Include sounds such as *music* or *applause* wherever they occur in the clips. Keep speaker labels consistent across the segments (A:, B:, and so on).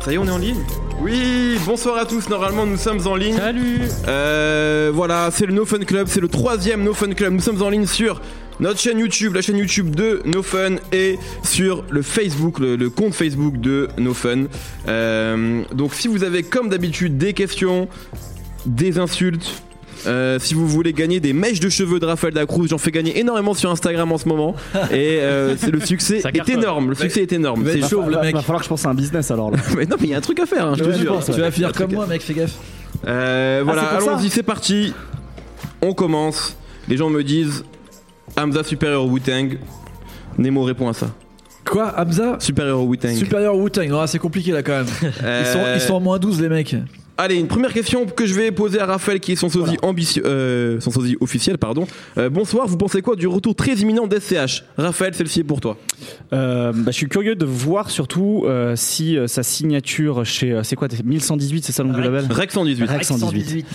A: Ça y est, on est en ligne
B: Oui, bonsoir à tous. Normalement, nous sommes en ligne.
A: Salut
B: Euh, voilà, c'est le No Fun Club, c'est le troisième No Fun Club. Nous sommes en ligne sur notre chaîne YouTube, la chaîne YouTube de No Fun et sur le Facebook, le, le compte Facebook de No Fun. Euh, donc si vous avez comme d'habitude des questions, des insultes, euh, si vous voulez gagner des mèches de cheveux de Raphaël Dacruz, j'en fais gagner énormément sur Instagram en
A: *laughs*
B: ce moment et euh, c'est le succès
A: Ça
B: est
A: cartonne.
B: énorme. Le succès est énorme. C'est chaud.
C: le mec. Va falloir que je pense à un business alors. Là.
B: *laughs* Mais non, mais il y a un truc à faire, hein, je te jure.
C: Tu vas finir
D: Comme moi, mec, fais gaffe.
B: Euh, voilà,
C: Ah, c'est pour ça
B: allons-y, c'est parti. On commence. Les gens me disent Hamza supérieur au Wu-Tang. Nemo répond à ça.
D: Quoi, Hamza
B: Supérieur au Wu-Tang.
D: Supérieur Wu-Tang, Ah, c'est compliqué là quand même. Ils sont,
B: Euh,
D: ils sont en moins 12 les mecs.
B: Allez, une première question que je vais poser à Raphaël qui est son sosie, ambitieux, euh, son sosie officiel. pardon. Euh, bonsoir, vous pensez quoi du retour très imminent d'SCH Raphaël, celle-ci est pour toi.
C: *laughs* Euh, bah, je suis curieux de voir surtout euh, si euh, sa signature chez euh, c'est quoi 1118 c'est ça le nom du label
B: Rex 118.
C: Rex 118.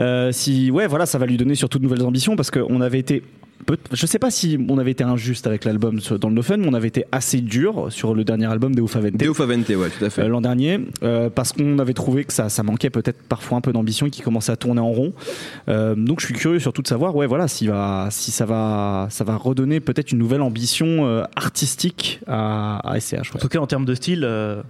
C: Euh, si ouais voilà ça va lui donner surtout de nouvelles ambitions parce qu'on avait été peut- je sais pas si on avait été injuste avec l'album sur- dans le No Fun, mais on avait été assez dur sur le dernier album d'Eo Favente.
B: Deo Favente, ouais, tout à fait.
C: Euh, l'an dernier euh, parce qu'on avait trouvé que ça, ça manquait peut-être parfois un peu d'ambition et qu'il commençait à tourner en rond. Euh, donc je suis curieux surtout de savoir ouais voilà s'il va, si ça va ça va redonner peut-être une nouvelle ambition euh, artistique à, à SCH.
E: En tout cas, en termes de style, euh,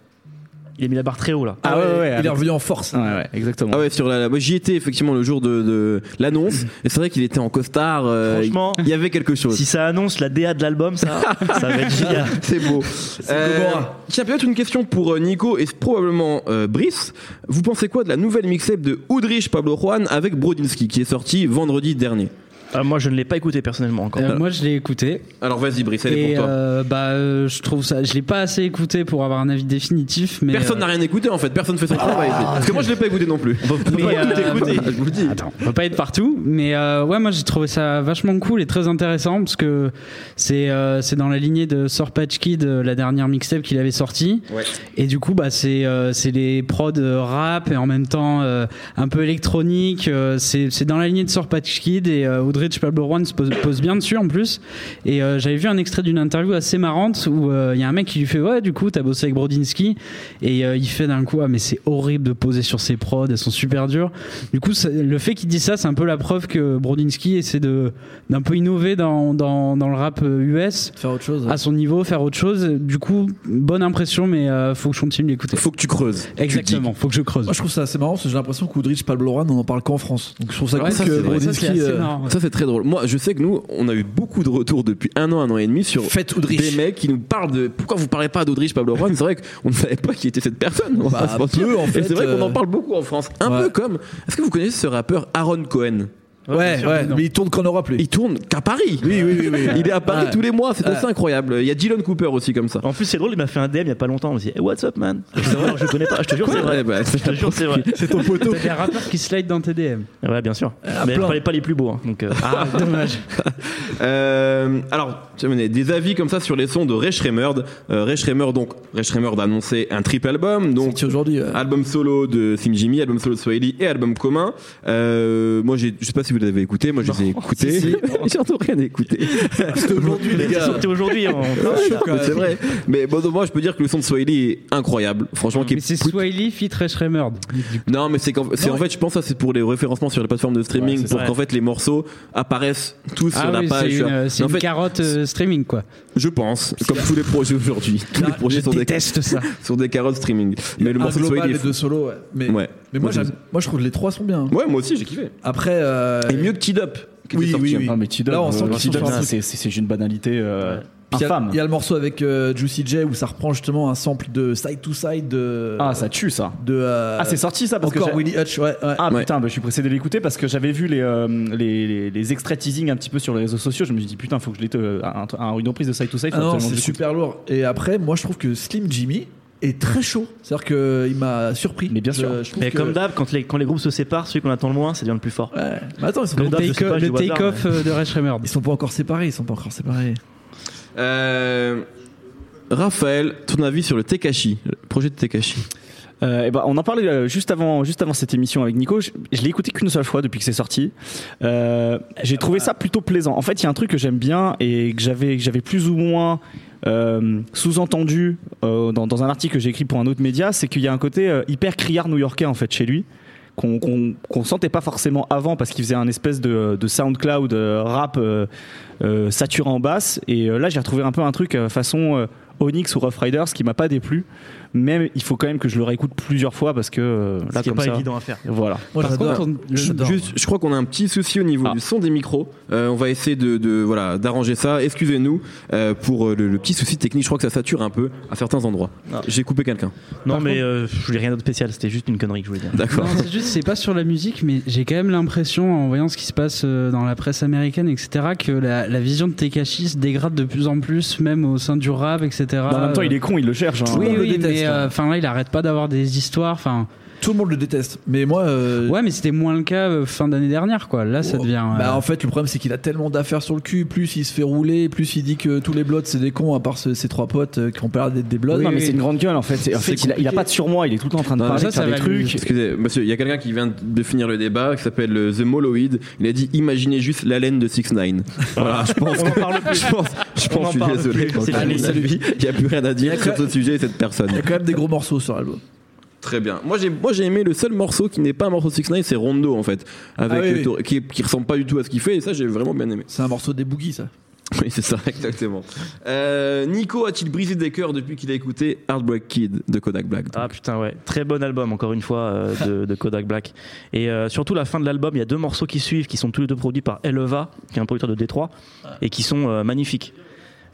E: il a mis la barre très haut là.
C: Ah ouais, ouais, ouais,
D: il est
C: avec-
D: revenu en force.
C: Ouais, ouais, exactement.
B: Ah ouais, sur la, la- moi, j'y étais effectivement le jour de, de
C: *clears throat*
B: l'annonce. Et c'est vrai qu'il était en costard. euh,
E: Franchement,
B: il y avait quelque chose.
E: si ça annonce la DA de l'album, ça, ça va être giga.
B: *laughs* C'est beau. Euh,
D: Gomorrah.
B: tiens, peut-être une question pour euh, Nico et probablement euh, Brice. Vous pensez quoi de la nouvelle mixtape de Oudrich Pablo Juan avec Brodinski qui est sortie vendredi dernier
E: Ah, moi, je ne l'ai pas écouté personnellement encore.
F: Euh, moi, je l'ai écouté.
B: Alors vas-y Brice, elle est
F: et
B: pour toi.
F: euh, bah, euh, je trouve ça. Je l'ai pas assez écouté pour avoir un avis définitif. Mais euh,
B: Personne n'a rien écouté en fait, personne fait son travail. ici. Parce que moi je l'ai pas écouté non plus.
F: Mais, euh,
B: *laughs* je vous le dis.
C: Attends.
F: On peut pas être partout, mais euh, ouais, moi j'ai trouvé ça vachement cool et très intéressant parce que c'est euh, c'est dans la lignée de Sir Patch Kid, euh, la dernière mixtape qu'il avait sortie.
B: Ouais.
F: Et du coup, bah c'est euh, c'est les prods euh, rap et en même temps euh, un peu électronique. euh, c'est c'est dans la lignée de Sir Patch Kid et euh, Audrich Pablo Juan se pose, pose bien dessus en plus. Et euh, j'avais vu un extrait d'une interview assez marrante où euh, il y a un mec qui lui fait ouais, du coup t'as bossé avec Brodinski et euh, il fait d'un coup ah mais c'est horrible de poser sur ces prods, elles sont super dures. Du coup, ça- le fait qu'il dise ça, c'est un peu la preuve que Brodinski essaie de d'un peu innover dans, dans, dans le rap euh, US
D: Faire autre chose.
F: à son niveau, faire autre chose. Du coup, bonne impression, mais euh, faut que je continue d'écouter.
B: Faut que tu creuses.
F: Exactement, faut que je creuse.
D: Moi je trouve ça assez marrant parce que j'ai l'impression qu'Oudrich Pablo Juan on en parle qu'en France. Donc je trouve ça
B: Ouais,
D: cool
B: ça, c'est
D: que
B: vrai.
D: Brodinski.
F: Ça, c'est assez
D: euh,
F: marrant, ouais.
B: Ça c'est très drôle. Moi je sais que nous on a eu beaucoup de retours depuis un an, un an et demi sur
D: Faites
B: des
D: Oudrich.
B: mecs qui nous parlent de pourquoi vous parlez pas d'Audrich Pablo Juan c'est vrai qu'on ne savait pas qui était cette personne on va
D: Bah,
B: pas se mentir.
D: peu, en fait,
B: et c'est vrai qu'on en
D: euh,
B: parle beaucoup en France un
D: ouais.
B: peu comme est-ce que vous connaissez ce rappeur Aaron Cohen
E: bien
D: Ouais,
E: sûr,
D: ouais,
E: non.
D: mais il tourne qu'en Europe lui.
B: il tourne qu'à Paris oui, oui, oui, *laughs* il est à Paris
D: Ouais.
B: tous les mois c'est assez
D: Ouais.
B: incroyable il y a Dylan Cooper aussi comme ça
E: En plus, c'est drôle, il m'a fait un DM il y a pas longtemps. On me dit, Hey, what's up, man Alors, Je connais pas, je te jure, c'est vrai.
B: Ouais, bah,
E: Je te jure, c'est vrai.
D: C'est ton poteau.
F: T'as des rappeurs qui slide dans tes DM.
E: Ouais, bien sûr. Mais
D: plein.
E: fallait pas les plus beaux. hein, donc, euh,
F: Ah, dommage.
B: Euh, alors, tiens, venez, des avis comme ça sur les sons de Ray Shreemerd. Euh, Ray Shreemerd, donc, Ray Shreemerd a annoncé un triple album, donc
D: Sorti aujourd'hui. euh,
B: album solo de Sing Jimmy, album solo de Swahili et album commun. Euh, moi, j'ai- je sais pas si vous l'avez écouté, moi je les ai écoutés. *laughs* j'ai surtout rien écouté.
D: C'est aujourd'hui les
B: *laughs*
D: gars.
E: C'était aujourd'hui. hein. on-
B: Mais c'est vrai. Mais bon, moi, je peux dire que le son de Swahili est incroyable. Franchement, qui
F: Mais c'est
B: plus-
F: Swahili fit Resh Remord.
B: Non, mais c'est qu'en c'est en fait, je pense que ça, c'est pour les référencements sur les plateformes de streaming,
E: c'est
B: pour
E: ça.
B: qu'en fait les morceaux apparaissent tous sur
F: Ah
B: la
F: oui, c'est
B: page.
F: une, euh, c'est
B: Mais en
F: une
B: fait,
F: carotte euh, streaming quoi.
B: je pense, comme tous les projets aujourd'hui, tous les projets sont des, *laughs*
F: Déteste ça.
B: sont des carottes streaming. Mais le
D: Un
B: morceau de
D: global
B: Swahili
D: et
B: est fou.
D: deux solos. ouais. Mais,
B: Ouais.
D: mais moi,
B: Moi, j'aime.
D: j'aime- moi, je trouve que les trois sont bien.
B: Ouais, moi aussi, j'ai kiffé.
D: Après. euh,
B: Et mieux que T-Dup. qui était
D: Oui,
B: sorti,
D: oui,
B: hein.
D: oui.
C: Non, mais T-Dub,
D: Là, on sent
C: euh,
D: qu'ils sont
C: T-Dub,
D: sur un
C: c'est-
D: truc.
C: c'est c'est juste une banalité euh,
D: Il y, a,
C: infâme.
D: il y a le morceau avec euh, Juicy J où ça reprend justement un sample de Side to Side de.
C: Ah ça tue ça.
D: de euh,
C: Ah c'est sorti ça parce que
D: encore
C: j'ai-
D: Willie Hutch, ouais. ouais.
C: Ah
B: Ouais.
C: putain, bah, je suis pressé de l'écouter parce que j'avais vu les, euh, les, les- les extraits teasing un petit peu sur les réseaux sociaux. Je me suis dit putain, faut que je l'écoute euh, un- un- une reprise de Side to Side.
D: Ah
C: faut
D: non,
C: absolument
D: c'est
C: que je l'écoute.
D: super lourd. Et après, moi, je trouve que Slim Jimmy est très chaud. C'est-à-dire qu'il m'a surpris.
C: Mais bien
D: Je-
C: sûr.
D: je trouve
E: Mais
D: que-
E: comme d'hab, quand les, quand les groupes se séparent, celui qu'on attend le moins, ça devient le plus fort.
D: Ouais. Mais attends, ils sont,
E: Le
F: Le
D: pas,
E: date, je sais pas,
F: take-
E: je
F: le
E: vois pas,
F: take-off euh, de Resh Remord.
D: ils sont pas encore séparés. Ils sont pas encore séparés.
B: Euh, Raphaël, ton avis sur le Tekashi, le projet de Tekashi
C: Euh, et ben, on en parlait euh, juste avant, juste avant cette émission avec Nico. Je, je l'ai écouté qu'une seule fois depuis que c'est sorti. Euh, j'ai trouvé ça plutôt plaisant. En fait, il y a un truc que j'aime bien et que j'avais, que j'avais plus ou moins euh, sous-entendu euh, dans, dans un article que j'ai écrit pour un autre média, c'est qu'il y a un côté euh, hyper criard new-yorkais en fait chez lui. Qu'on qu'on- qu'on sentait pas forcément avant parce qu'il faisait un espèce de, de SoundCloud euh, rap euh, euh, saturé en basse. Et euh, là, j'ai retrouvé un peu un truc euh, façon euh, Onyx ou Rough Riders qui m'a pas déplu. Mais il faut quand même que je le réécoute plusieurs fois parce que euh, là,
E: Ce qui est
C: comme
E: pas
C: ça.
E: évident Bah, à faire.
C: Voilà.
D: Moi,
F: Par
D: j'adore.
F: contre, on-
D: Je-
F: le-
D: J'adore.
B: Juste, je crois qu'on a un petit souci au niveau
C: Ah.
B: du son des micros. Euh, on va essayer de, de- voilà d'arranger ça. Excusez-nous euh, pour euh, le, le petit souci technique. Je crois que ça sature un peu à certains endroits.
E: Ah.
B: J'ai coupé quelqu'un.
E: Non,
F: Par
E: mais euh, je voulais rien d'autre spécial. C'était juste une connerie que je voulais dire.
B: D'accord.
F: Non, c'est juste, c'est pas sur la musique, mais j'ai quand même l'impression, en voyant ce qui se passe euh, dans la presse américaine, etc., que la, la vision de Tekashi se dégrade de plus en plus, même au sein du rap, etc.
C: Bah, en même temps, il est con, il le cherche. hein.
F: Oui,
D: monde le
F: oui,
D: déteste,
F: mais
D: là.
F: euh, enfin là, il arrête pas d'avoir des histoires. Enfin,
D: Tout le monde le déteste. Mais moi. euh,
F: ouais, mais c'était moins le cas euh, fin d'année dernière, quoi. Là, ça
D: oh,
F: devient. euh,
D: Bah, en fait, le problème, c'est qu'il a tellement d'affaires sur le cul. Plus il se fait rouler, plus il dit que tous les blots, c'est des cons, à part ce- ces trois potes euh, qui ont pas l'air d'être des blots.
C: non, mais
F: oui.
C: c'est une grande gueule en fait. C'est- En
D: C'est
C: fait, il a, il a
D: compliqué.
C: pas de surmoi, il est tout le temps en train de
B: Non,
C: parler,
F: ça,
C: de faire
F: ça
C: des
F: va
C: trucs.
F: lui-
B: Excusez, monsieur, il y a quelqu'un qui vient de finir le débat qui s'appelle euh, The Moloid. Il a dit imaginez juste la laine de 6 9 Voilà, je pense. que-
C: *laughs*
B: je pense, je
E: On en
B: pense, je suis
E: parle
B: désolé.
E: plus. C'est
B: Allez,
E: fini.
B: salut. Il n'y a plus rien à dire sur ce sujet et cette personne.
D: Il y a quand même des gros morceaux sur l'album.
B: Très bien. Moi j'ai moi j'ai aimé le seul morceau qui n'est pas un morceau de 6 9 c'est Rondo en fait, avec
D: Ah oui,
B: euh,
D: oui.
B: Tour- qui qui ressemble pas du tout à ce qu'il fait et ça j'ai vraiment bien aimé. *laughs*
D: C'est un morceau des boogies, ça.
B: Oui, c'est ça, exactement. Euh, Nico a-t-il brisé des cœurs depuis qu'il a écouté Heartbreak Kid de Kodak Black
E: Ah putain ouais, très bon album encore une fois euh, de, de Kodak Black. Et euh, surtout la fin de l'album, il y a deux morceaux qui suivent qui sont tous les deux produits par Eleva, qui est un producteur de Détroit, et qui sont euh, magnifiques.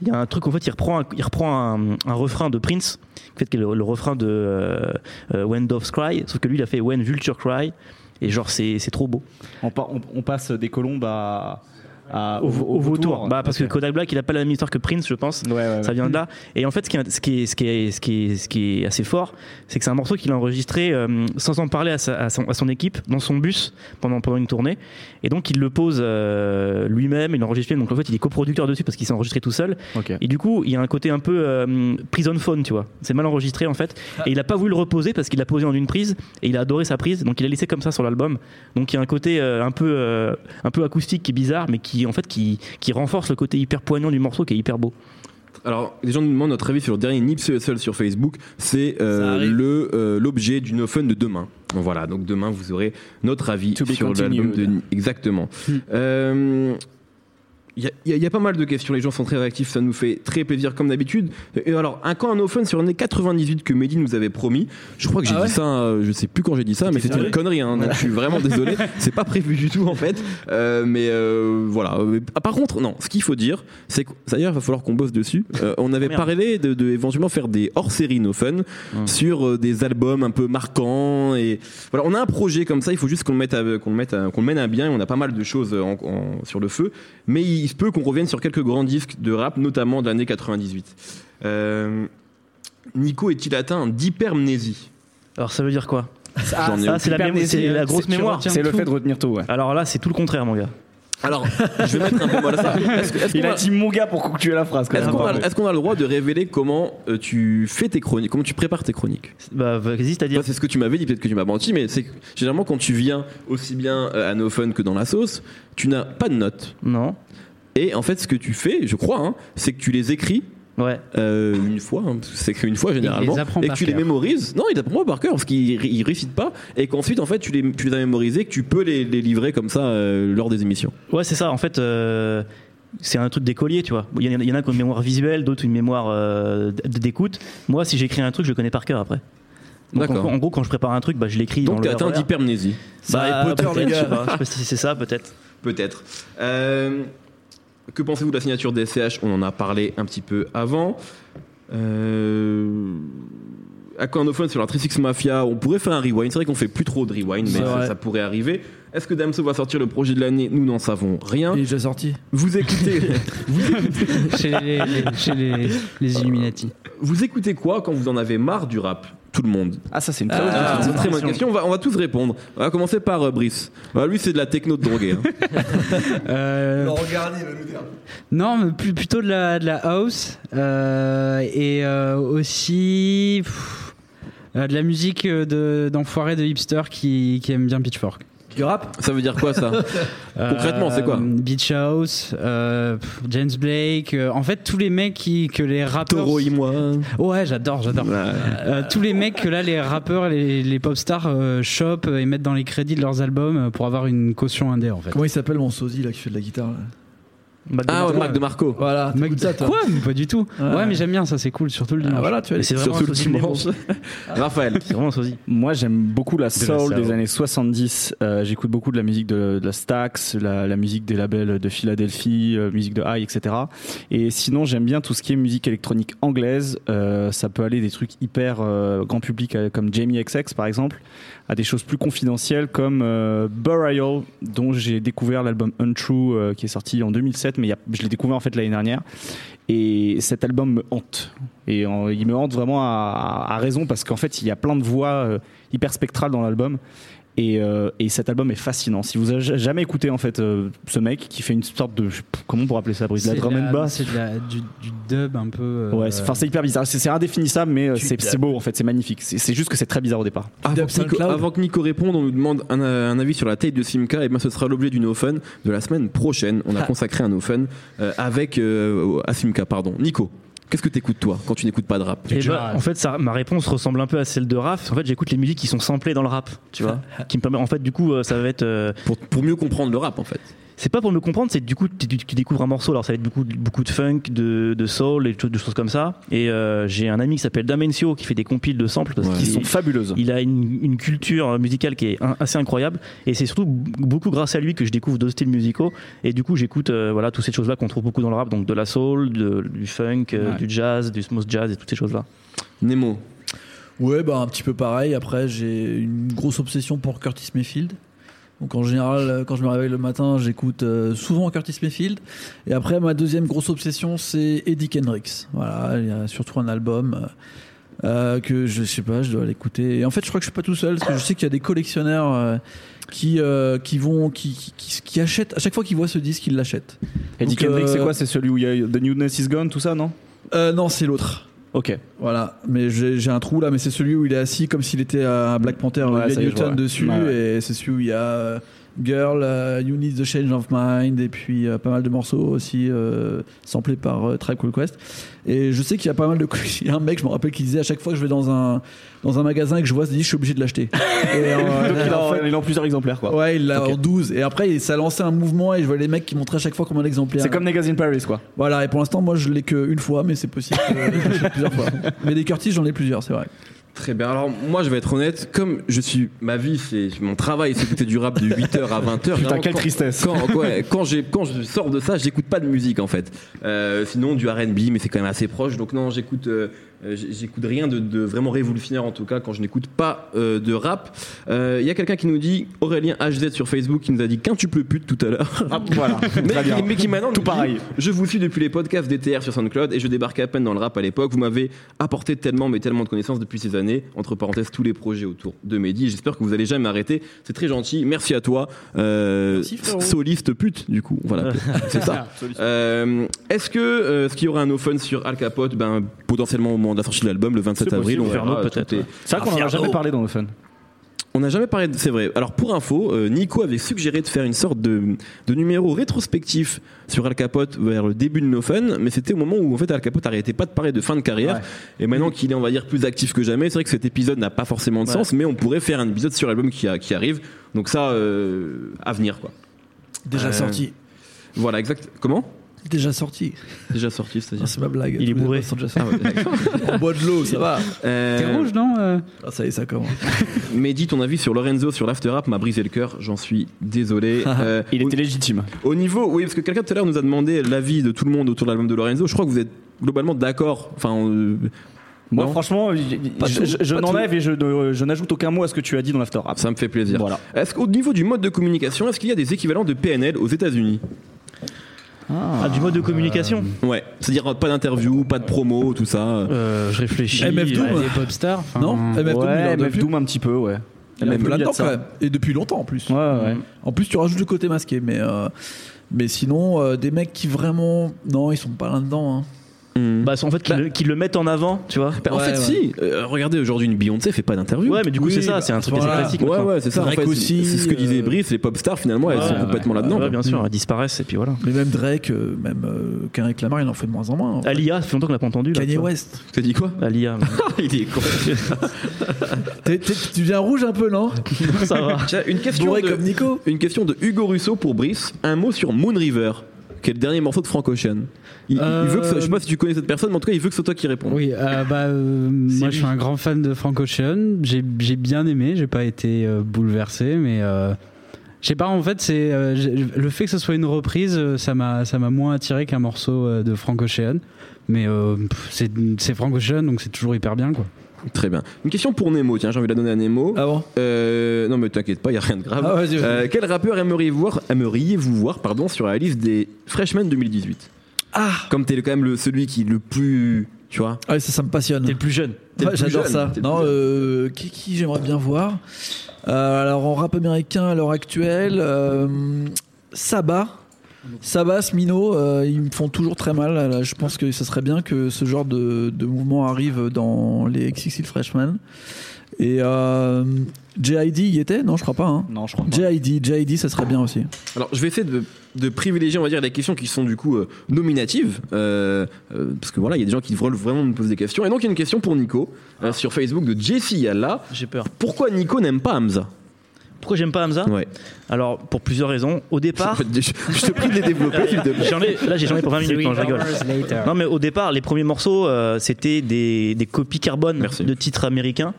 E: Il y a un truc en fait, il reprend un, il reprend un, un refrain de Prince, en fait, qui est le, le refrain de euh, euh, When Doves Cry, sauf que lui il a fait When Vulture Cry, et genre c'est c'est trop beau.
C: On, par- on- on passe des colombes à, à-
E: Au, au vautour. bah parce
C: Ok.
E: que Kodak Black il a pas la même histoire que Prince je pense.
C: Ouais, ouais, ouais.
E: Ça vient de là. Et en fait, ce qui est, ce qui est, ce qui est, ce qui est, ce qui est assez fort, c'est que c'est un morceau qu'il a enregistré euh, sans en parler à, sa- à son, à son équipe, dans son bus, pendant, pendant une tournée. Et donc, il le pose euh, lui-même, il l'a enregistré. Donc, en fait, il est coproducteur dessus parce qu'il s'est enregistré tout seul.
C: Ok.
E: Et du coup, il y a un côté un peu euh, prison phone, tu vois. C'est mal enregistré, en fait. Et il a pas voulu le reposer parce qu'il l'a posé en une prise et il a adoré sa prise. Donc, il l'a laissé comme ça sur l'album. Donc, il y a un côté euh, un, peu, euh, un peu acoustique qui est bizarre, mais qui, en fait, qui, qui renforce le côté hyper poignant du morceau qui est hyper beau.
B: Alors, les gens nous demandent notre avis sur le dernier Nip seul sur Facebook. C'est euh,
D: Ça arrive.
B: le euh, l'objet du No Fun de demain. Donc Voilà, donc demain vous aurez notre avis
C: To be
B: sur l'album de Exactement.
D: Hmm.
B: Euh, Il y, a- il y a- il y a pas mal de questions, les gens sont très réactifs, ça nous fait très plaisir comme d'habitude. Et alors, un camp à No Fun sur l'année 98 que Mehdi nous avait promis, je crois que j'ai
D: Ah ouais
B: dit ça, euh, je sais plus quand j'ai dit ça, mais c'était une connerie, hein, donc je suis vraiment
D: *laughs*
B: désolé, c'est pas prévu du tout en fait. Euh, mais euh, voilà. Mais, ah, Par contre, non, ce qu'il faut dire, c'est que d'ailleurs, il va falloir qu'on bosse dessus. Euh,
D: Ah,
B: on avait
E: Oh, merde.
B: parlé de, de éventuellement faire des hors-séries no fun
D: Ah.
B: sur euh, des albums un peu marquants et voilà. On a un projet comme ça. Il faut juste qu'on le mette, à- qu'on le mette, à- qu'on le mène à bien. Et on a pas mal de choses euh, en- en- sur le feu, mais il se peut qu'on revienne sur quelques grands disques de rap, notamment de l'année 98. Euh, Nico est-il atteint d'hypermnésie
E: Alors, ça veut dire quoi
B: J'en ai
E: Ah, c'est la, mémo-
F: hypermnésie,
E: c'est la
F: hein,
E: grosse
F: c'est- tu
E: mémoire.
F: retiens
C: euh, C'est le
F: tout.
C: fait de retenir tout, ouais.
E: Alors là, c'est tout le contraire, mon gars.
B: Alors, je vais mettre un peu mal à ça. Est-ce que- est-ce qu'on
C: Il a
B: va-
C: dit mon gars pour conclure la phrase. quand
B: Est-ce
C: même.
B: qu'on a, est-ce qu'on a le droit de révéler comment euh, tu fais tes chroniques, comment tu prépares tes chroniques
E: Bah, vas-y, c'est-à-dire.
B: Toi, C'est ce que tu m'avais dit, peut-être que tu m'as menti, mais c'est que généralement quand tu viens aussi bien euh, à No Fun que dans la sauce, tu n'as pas de notes.
E: Non.
B: Et en fait, ce que tu fais, je crois, hein, c'est que tu les écris
E: Ouais.
B: euh, une fois, hein, parce que c'est écrit une fois généralement,
F: apprend
B: et que
F: par
B: tu les
F: cœur.
B: mémorises. Non, il apprend pas par cœur parce qu'il ré- il récite pas, et qu'ensuite en fait tu les, tu les as mémorisés, que tu peux les, les livrer comme ça euh, lors des émissions.
E: Ouais, c'est ça. En fait, euh, c'est un truc d'écolier, tu vois. Il y, en a- il y en a qui ont une mémoire visuelle, d'autres une mémoire euh, d- d'écoute. Moi, si j'écris un truc, je le connais par cœur après. Donc,
B: D'accord.
E: en, en gros, quand je prépare un truc, bah, je l'écris. dans
B: Donc
E: le
B: tu atteins
E: RER.
B: d'hypermnésie.
E: Bah,
D: Harry Potter,
E: peut-être,
D: les gars.
E: Je sais pas, je sais pas si c'est ça, peut-être.
B: Peut-être. Euh, que pensez-vous de la signature des SCH On en a parlé un petit peu avant. Euh, à quand nos fans sur la 36 Mafia, on pourrait faire un rewind. C'est vrai qu'on fait plus trop de rewind, mais
D: C'est
B: ça,
D: vrai.
B: ça pourrait arriver. Est-ce que Damso va sortir le projet de l'année Nous n'en savons rien.
D: Il est déjà sorti.
B: Vous écoutez,
F: *laughs* chez les, les- chez les-
D: Euh,
F: les Illuminati.
B: vous écoutez quoi quand vous en avez marre du rap Tout le monde.
C: Ah, ça, c'est une
B: Ah,
C: très
B: c'est
C: bonne
B: une très bonne
C: question.
B: question. On va, on va tous répondre. On va commencer par euh, Brice. Bah, lui, c'est de la techno de drogué.
C: *laughs*
B: hein.
F: Euh, Non, mais plus- plutôt de la, de la house. euh, et euh, aussi. pff, Euh, de la musique euh, de- d'enfoirés de, hipsters qui, qui aiment bien Pitchfork.
D: Du rap
B: Ça veut dire quoi
D: *laughs*
B: ça Concrètement, c'est quoi
F: Euh, Beach House, euh, pff, James Blake, euh, en fait tous les mecs qui, que les rappeurs.
B: Taureau et moi.
F: Ouais, j'adore, j'adore. Euh, tous les mecs que là les rappeurs et les, les pop stars euh, chopent et mettent dans les crédits de leurs albums euh, pour avoir une caution indé en fait.
D: Comment il s'appelle mon sosie là qui fait de la guitare là
B: Ah, ouais, Mac de Marco.
D: Voilà,
F: Mec-
D: t'écoutes ça toi
F: Quoi Mais Pas du tout.
D: Ouais.
F: Ouais, mais j'aime bien ça, c'est cool, surtout le
D: Ah,
F: dimanche.
D: Voilà, tu
E: Mais
D: as
E: C'est vraiment
B: Surtout
E: un
B: le
E: sosie de Nemo.
B: dimanche. Raphaël.
E: C'est vraiment un sosie.
C: Moi, j'aime beaucoup la
E: la
C: soul
E: soul.
C: des années 70. Euh, J'écoute beaucoup de la musique de, de la Stax, la, la musique des labels de Philadelphie, euh, musique de High, etc. Et sinon, j'aime bien tout ce qui est musique électronique anglaise. Euh, ça peut aller des trucs hyper euh, grand public euh, comme Jamie XX, par exemple, à des choses plus confidentielles comme euh, Burial, dont j'ai découvert l'album Untrue euh, qui est sorti en 2007, mais il y a- je l'ai découvert en fait l'année dernière. Et cet album me hante. Et en- il me hante vraiment à, à raison parce qu'en fait, il y a plein de voix euh, hyper spectrales dans l'album. Et, euh, et cet album est fascinant. Si vous avez ja- jamais écouté en fait euh, ce mec qui fait une sorte de je sais pas, comment on pourrait appeler ça, Brice,
F: C'est
C: la drum
F: de
C: and bass.
F: C'est de la- du, du dub un peu. euh,
C: Ouais, c'est enfin, c'est hyper bizarre. C'est c'est indéfinissable, mais euh,
D: Tu
C: c'est
D: tapes.
C: c'est beau en fait, c'est magnifique. C'est c'est juste que c'est très bizarre au départ.
B: Avant
D: Dub
B: que, Nico,
D: SoundCloud.
B: avant que Nico réponde, on nous demande un, euh, un avis sur la taille de Simca. Et bien, ce sera l'objet du No Fun de la semaine prochaine.
C: Ah.
B: On a consacré un No Fun euh, avec euh, à Simca, pardon. Nico, qu'est-ce que t'écoutes toi quand tu n'écoutes pas de rap
E: Eh ben, en fait, ça, ma réponse ressemble un peu à celle de Raph. En fait, j'écoute les musiques qui sont samplées dans le rap, tu
C: *laughs*
E: vois. qui me permet, en fait, du coup, euh, ça va être. euh,
B: pour, pour mieux comprendre le rap, en fait.
E: c'est pas pour me comprendre, c'est que du coup, tu, tu- tu découvres un morceau. Alors, ça va être beaucoup, de- beaucoup de funk, de, de soul et de, choses- de choses comme ça. Et euh, j'ai un ami qui s'appelle Damencio qui fait des compiles de samples. Parce
B: Ouais.
E: qu'il-
C: Qui sont fabuleuses.
E: il a une, une culture euh, musicale qui est un- assez incroyable et c'est surtout beaucoup grâce à lui que je découvre deux styles musicaux et du coup j'écoute euh, voilà toutes ces choses là qu'on trouve beaucoup dans le rap donc de la soul de- du funk euh,
C: Ouais.
E: du jazz du smooth jazz et toutes ces choses là
B: Nemo.
D: Ouais, bah un petit peu pareil. Après, j'ai une grosse obsession pour Curtis Mayfield. Donc en général, euh, quand je me réveille le matin, j'écoute euh, souvent Curtis Mayfield. Et après, ma deuxième grosse obsession, c'est Eddie Kendricks. Voilà, il y a surtout un album euh, euh, que je sais pas, je dois l'écouter. Et en fait, je crois que je suis pas tout seul, parce que je sais qu'il y a des collectionneurs euh, qui euh, qui vont, qui, qui, qui- qui achètent à chaque fois qu'ils voient ce disque, ils l'achètent.
C: Eddie
D: Donc,
C: Kendrick, c'est
D: euh,
C: quoi C'est celui où il y a The Newness is Gone, tout ça, non Euh,
D: Euh, non, c'est l'autre.
C: Ok.
D: Voilà, mais j'ai j'ai un trou là, mais c'est celui où il est assis comme s'il était à Black Panther,
C: Ouais,
D: il y a
C: ça y est, je
D: Newton
C: vois, ouais.
D: dessus,
C: Ouais, ouais.
D: et c'est celui où il y a euh, Girl, euh, You Need the Change of Mind, et puis euh, pas mal de morceaux aussi euh, samplés par euh, Tribe Called Quest. Et je sais qu'il y a pas mal de. *laughs* il y a un mec, je me rappelle, qui disait à chaque fois que je vais dans un, dans un magasin et que je vois ce disque, je suis obligé
C: *laughs*
D: de l'acheter. Et, euh,
C: Donc il
D: et en
C: en,
D: fait,
C: il en plusieurs exemplaires, quoi.
D: Ouais, il l'a
C: Ok.
D: en 12. Et après, ça a lancé un mouvement et je vois les mecs qui montraient à chaque fois combien d'exemplaires.
C: C'est comme Niggas in Paris, quoi.
D: Voilà, et Bah, pour l'instant, moi, je l'ai qu'une fois, mais c'est possible que je l'achète plusieurs
C: *laughs*
D: fois. Mais des Curtis, j'en ai plusieurs, c'est vrai.
B: Très bien. Alors, moi, je vais être honnête. Comme je suis. Ma vie, c'est. Mon travail, c'est d'écouter du rap de 8h à 20h.
C: *laughs* Putain, quelle tristesse. *laughs*
B: Quand, ouais, quand, j'ai- quand je sors de ça, j'écoute pas de musique en fait. Euh, sinon du RB, mais c'est quand même assez proche. Donc non, j'écoute, euh, euh, j- j'écoute rien de, de vraiment révolutionnaire en tout cas quand je n'écoute pas euh, de rap. Euh, Il y a quelqu'un qui nous dit Aurélien HZ sur Facebook qui nous a dit quintuple pute tout à l'heure.
C: Ah, voilà.
B: *laughs*
C: Très
B: Mais,
C: bien.
B: qui- mais qui maintenant nous
C: Tout
B: dit,
C: pareil.
B: Je vous suis depuis les podcasts DTR sur SoundCloud et je débarque à peine dans le rap à l'époque. Vous m'avez apporté tellement mais tellement de connaissances depuis ces années. Entre parenthèses, tous les projets autour de Mehdi. J'espère que vous allez jamais m'arrêter. C'est très gentil. Merci à toi. Euh,
D: Merci, frérot.
B: soliste pute du coup. Voilà. C'est ça. Euh, Est-ce que euh, ce qu'il y aura un no fun sur Al Capote, ben potentiellement au moment de la sortie de l'album le 27
C: C'est
B: avril,
C: possible,
B: on verra
E: Inferno,
B: tout
E: peut-être,
B: est-
E: ouais.
C: C'est vrai qu'on en a jamais parlé dans le fun.
B: on n'a jamais parlé de. C'est vrai. Alors, pour info, euh, Nico avait suggéré de faire une sorte de, de numéro rétrospectif sur Al Capote vers le début de No Fun, mais c'était au moment où, en fait, Al Capote arrêtait pas de parler de fin de carrière. Et maintenant qu'il est, on va dire, plus actif que jamais, c'est vrai que cet épisode n'a pas forcément de sens, mais on pourrait faire un épisode sur l'album qui, a- qui arrive. Donc, ça, euh, à venir, quoi.
D: Déjà
B: Euh,
D: sorti.
B: Voilà, exact. Comment
D: Déjà sorti.
B: Déjà sorti,
D: Non,
B: c'est-à-dire.
D: Ah, c'est ma blague.
E: Il est
D: Tous les
E: bourré.
D: potes sont déjà sortis.
B: Ah ouais, d'accord.
D: On boit de l'eau, ça va.
B: Euh,
F: T'es rouge, non euh
D: Ah, ça y est, ça commence.
B: Mehdi, ton avis sur Lorenzo sur l'After Rap m'a brisé le cœur, j'en suis désolé. Euh,
C: Il
B: au-
C: était légitime.
B: Au niveau, oui, parce que quelqu'un tout à l'heure nous a demandé l'avis de tout le monde autour de l'album de Lorenzo. Je crois que vous êtes globalement d'accord. Enfin, euh,
C: Moi,
B: Non.
C: franchement, je, je- je- je n'enlève et je, ne- je n'ajoute aucun mot à ce que tu as dit dans l'after rap.
B: ça me fait plaisir.
C: Voilà.
B: Est-ce qu'au niveau du mode de communication, est-ce qu'il y a des équivalents de PNL aux États-Unis
E: ah, du mode de communication
B: Ouais. C'est-à-dire euh, pas d'interview, pas de promo, tout ça.
E: Euh, je réfléchis
D: MF Doom.
E: Allez.
F: Les pop stars enfin,
D: Non
C: Eh ben,
D: MF Doom, il en
C: Ouais,
D: donne
C: MF
D: plus.
C: Doom un petit peu, ouais.
D: Il en
C: MF Doom,
D: est
C: il y a
D: là-dedans
C: de ça.
D: quand même. Et depuis longtemps en plus.
C: Ouais, ouais.
D: En plus, tu rajoutes le côté masqué, mais. euh, Mais sinon, euh, des mecs qui vraiment. Non, ils sont pas là-dedans. hein.
B: Hmm.
E: Bah, en fait, qu'ils
B: Bah-
E: le, qu'ils le mettent en avant, tu vois.
B: Bah, en
D: Ouais,
B: fait,
D: ouais.
B: si. Euh, regardez, aujourd'hui, une Beyoncé fait pas d'interview. Ah,
E: Ouais, mais du coup,
D: Oui,
E: c'est ça,
D: bah,
E: c'est un truc assez
D: voilà.
E: classique.
B: Ouais,
E: maintenant.
B: ouais, c'est ça.
D: Drake
B: en fait, c'est-
D: aussi,
B: c'est ce que disait
D: euh,
B: Brice, les pop stars finalement, elles
E: Ouais,
B: sont
E: ouais,
B: complètement là-dedans.
E: Ouais,
B: quoi.
E: bien sûr, elles disparaissent et puis voilà.
D: Mais même Drake, euh, même euh, Kendrick Lamar, il en fait de moins en moins. hein. en fait.
E: Alia, ça fait longtemps qu'on l'a pas entendu. là, tu
D: Kanye
E: vois.
D: West.
B: T'as dit quoi *laughs*
E: Alia,
B: Il est con.
D: T'es- t'es- tu viens rouge un peu, non
E: ça va.
B: Tiens, une question,
D: Bourré
B: de,
D: comme Nico.
B: une question de Hugo Russo pour Brice. Un mot sur Moon River, qui est le dernier morceau de Frank Ocean. Il, il
F: Euh,
B: veut que, ça- je sais pas si tu connais cette personne, mais en tout cas, il veut que c'est toi qui réponds.
F: Oui, euh, bah, euh, moi
E: lui.
F: je suis un grand fan de Frank Ocean. J'ai j'ai bien aimé, j'ai pas été euh, bouleversé, mais euh, je sais pas, en fait, c'est euh, j'ai- le fait que ce soit une reprise, euh, ça m'a ça m'a moins attiré qu'un morceau euh, de Frank Ocean. Mais euh, pff, c'est c'est Frank Ocean, donc c'est toujours hyper bien, quoi.
B: Très bien. Une question pour Nemo, tiens, j'ai envie de la donner à Nemo.
D: Ah bon
B: Euh, non, mais t'inquiète pas, il a rien de grave.
D: Ah, vas-y, vas-y.
B: Euh, quel rappeur aimeriez-vous voir, aimeriez -vous voir pardon, sur la liste des Freshmen 2018
D: Ah,
B: Comme t'es le- quand même le, celui qui est le plus. Tu vois
D: Ah oui, ça, ça me passionne.
E: T'es le plus jeune.
B: T'es le
D: Ouais,
B: plus
D: J'adore
B: jeune,
D: ça.
B: t'es le
D: Non,
B: plus jeune.
D: euh, qui, qui j'aimerais bien voir Euh, Alors en rap américain à l'heure actuelle, euh, Saba. Saba, Smino, euh, ils me font toujours très mal. Là, je pense que ce serait bien que ce genre de, de mouvement arrive dans les XXL Freshmen. Et euh, JID y était Non, je crois pas. hein.
C: Non, je crois pas.
D: JID, JID, ça serait bien aussi.
B: Alors, je vais essayer de, de privilégier, on va dire, les questions qui sont du coup euh, nominatives, euh, euh, parce que voilà, il y a des gens qui veulent vraiment me poser des questions. Et donc, il y a une question pour Nico euh, sur Facebook de Jesse Yalla.
E: J'ai peur.
B: Pourquoi Nico n'aime pas Hamza
E: Pourquoi j'aime pas Hamza
B: Ouais.
E: Alors, pour plusieurs raisons. Au départ,
B: Je, *laughs* je te prie de les développer, s'il te
E: *laughs*
B: plaît.
E: J'en ai- là, j'ai- j'en ai pour 20 minutes, non, je rigole. Non, mais au départ, les premiers morceaux, euh, c'était des, des copies carbone
B: Merci.
E: de titres américains.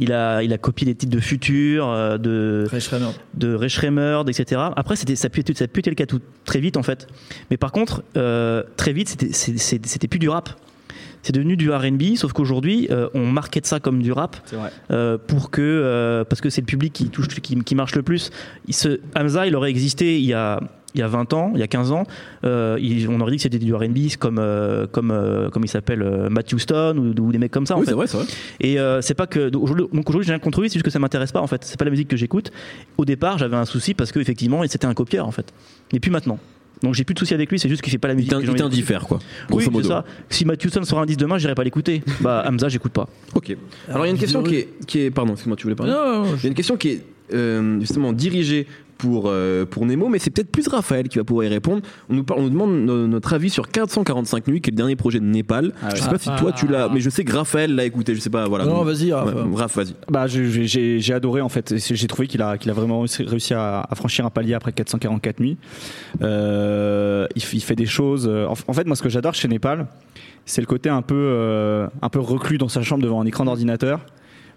E: Il a, il a copié des titres de Future, euh, de,
D: Très Schremer.
E: de Ray Schremer, etc. Après, c'était, ça, a pu être- ça a pu être le cas tout, très vite, en fait. Mais par contre, euh, très vite, c'était, c'est- c'est- c'était plus du rap. C'est devenu du RB, sauf qu'aujourd'hui, euh, on markete ça comme du rap
C: C'est vrai.
E: euh, pour que euh, parce que c'est le public qui touche qui, qui marche le plus. Il se, Hamza, il aurait existé il y a il y a 20 ans, il y a 15 ans, euh, il- on aurait dit que c'était du R&B c'est comme euh, comme euh, comme il s'appelle euh, Matthew Stone ou, ou des mecs comme ça en
B: Oui,
E: fait.
B: c'est vrai, c'est vrai.
E: Et euh, c'est pas que donc aujourd'hui donc aujourd'hui, j'ai rien contre lui, c'est juste que ça m'intéresse pas en fait, c'est pas la musique que j'écoute. Au départ, j'avais un souci parce que effectivement, c'était un copieur en fait. Mais plus maintenant. Donc j'ai plus de souci avec lui, c'est juste qu'il fait pas la
B: Il
E: musique.
B: t'in-
E: que j'ai
B: il
E: envie d'écouter.
B: t'indiffère, quoi.
E: Oui,
B: Grosso
E: c'est
B: modo.
E: ça. Si Matthew Stone sort un disque demain, j'irai pas l'écouter. Bah Hamza, j'écoute pas.
B: Ok. Alors, il y a une question qui est, qui est. Pardon, excuse-moi, tu voulais parler
D: Non,
B: Il y a une question qui est euh, justement dirigée pour, euh, pour Nemo, mais c'est peut-être plus Raphaël qui va pouvoir y répondre. On nous, parle- on nous demande no- notre avis sur 445 nuits, qui est le dernier projet de Népal.
C: Ah ouais.
B: Je sais pas si toi tu l'as, mais je sais que Raphaël l'a écouté. Je sais pas, voilà.
D: non,
B: Donc,
D: vas-y, Raph.
B: ouais, Raph, vas-y.
C: Bah, je- je- j'ai j'ai adoré en fait. C'est- J'ai trouvé qu'il a, qu'il a vraiment réussi- réussi à, à franchir un palier après 444 nuits. Euh, il, f- il fait des choses. euh, En, f- en fait, moi, ce que j'adore chez Népal, c'est le côté un peu, euh, un peu reclus dans sa chambre devant un écran d'ordinateur,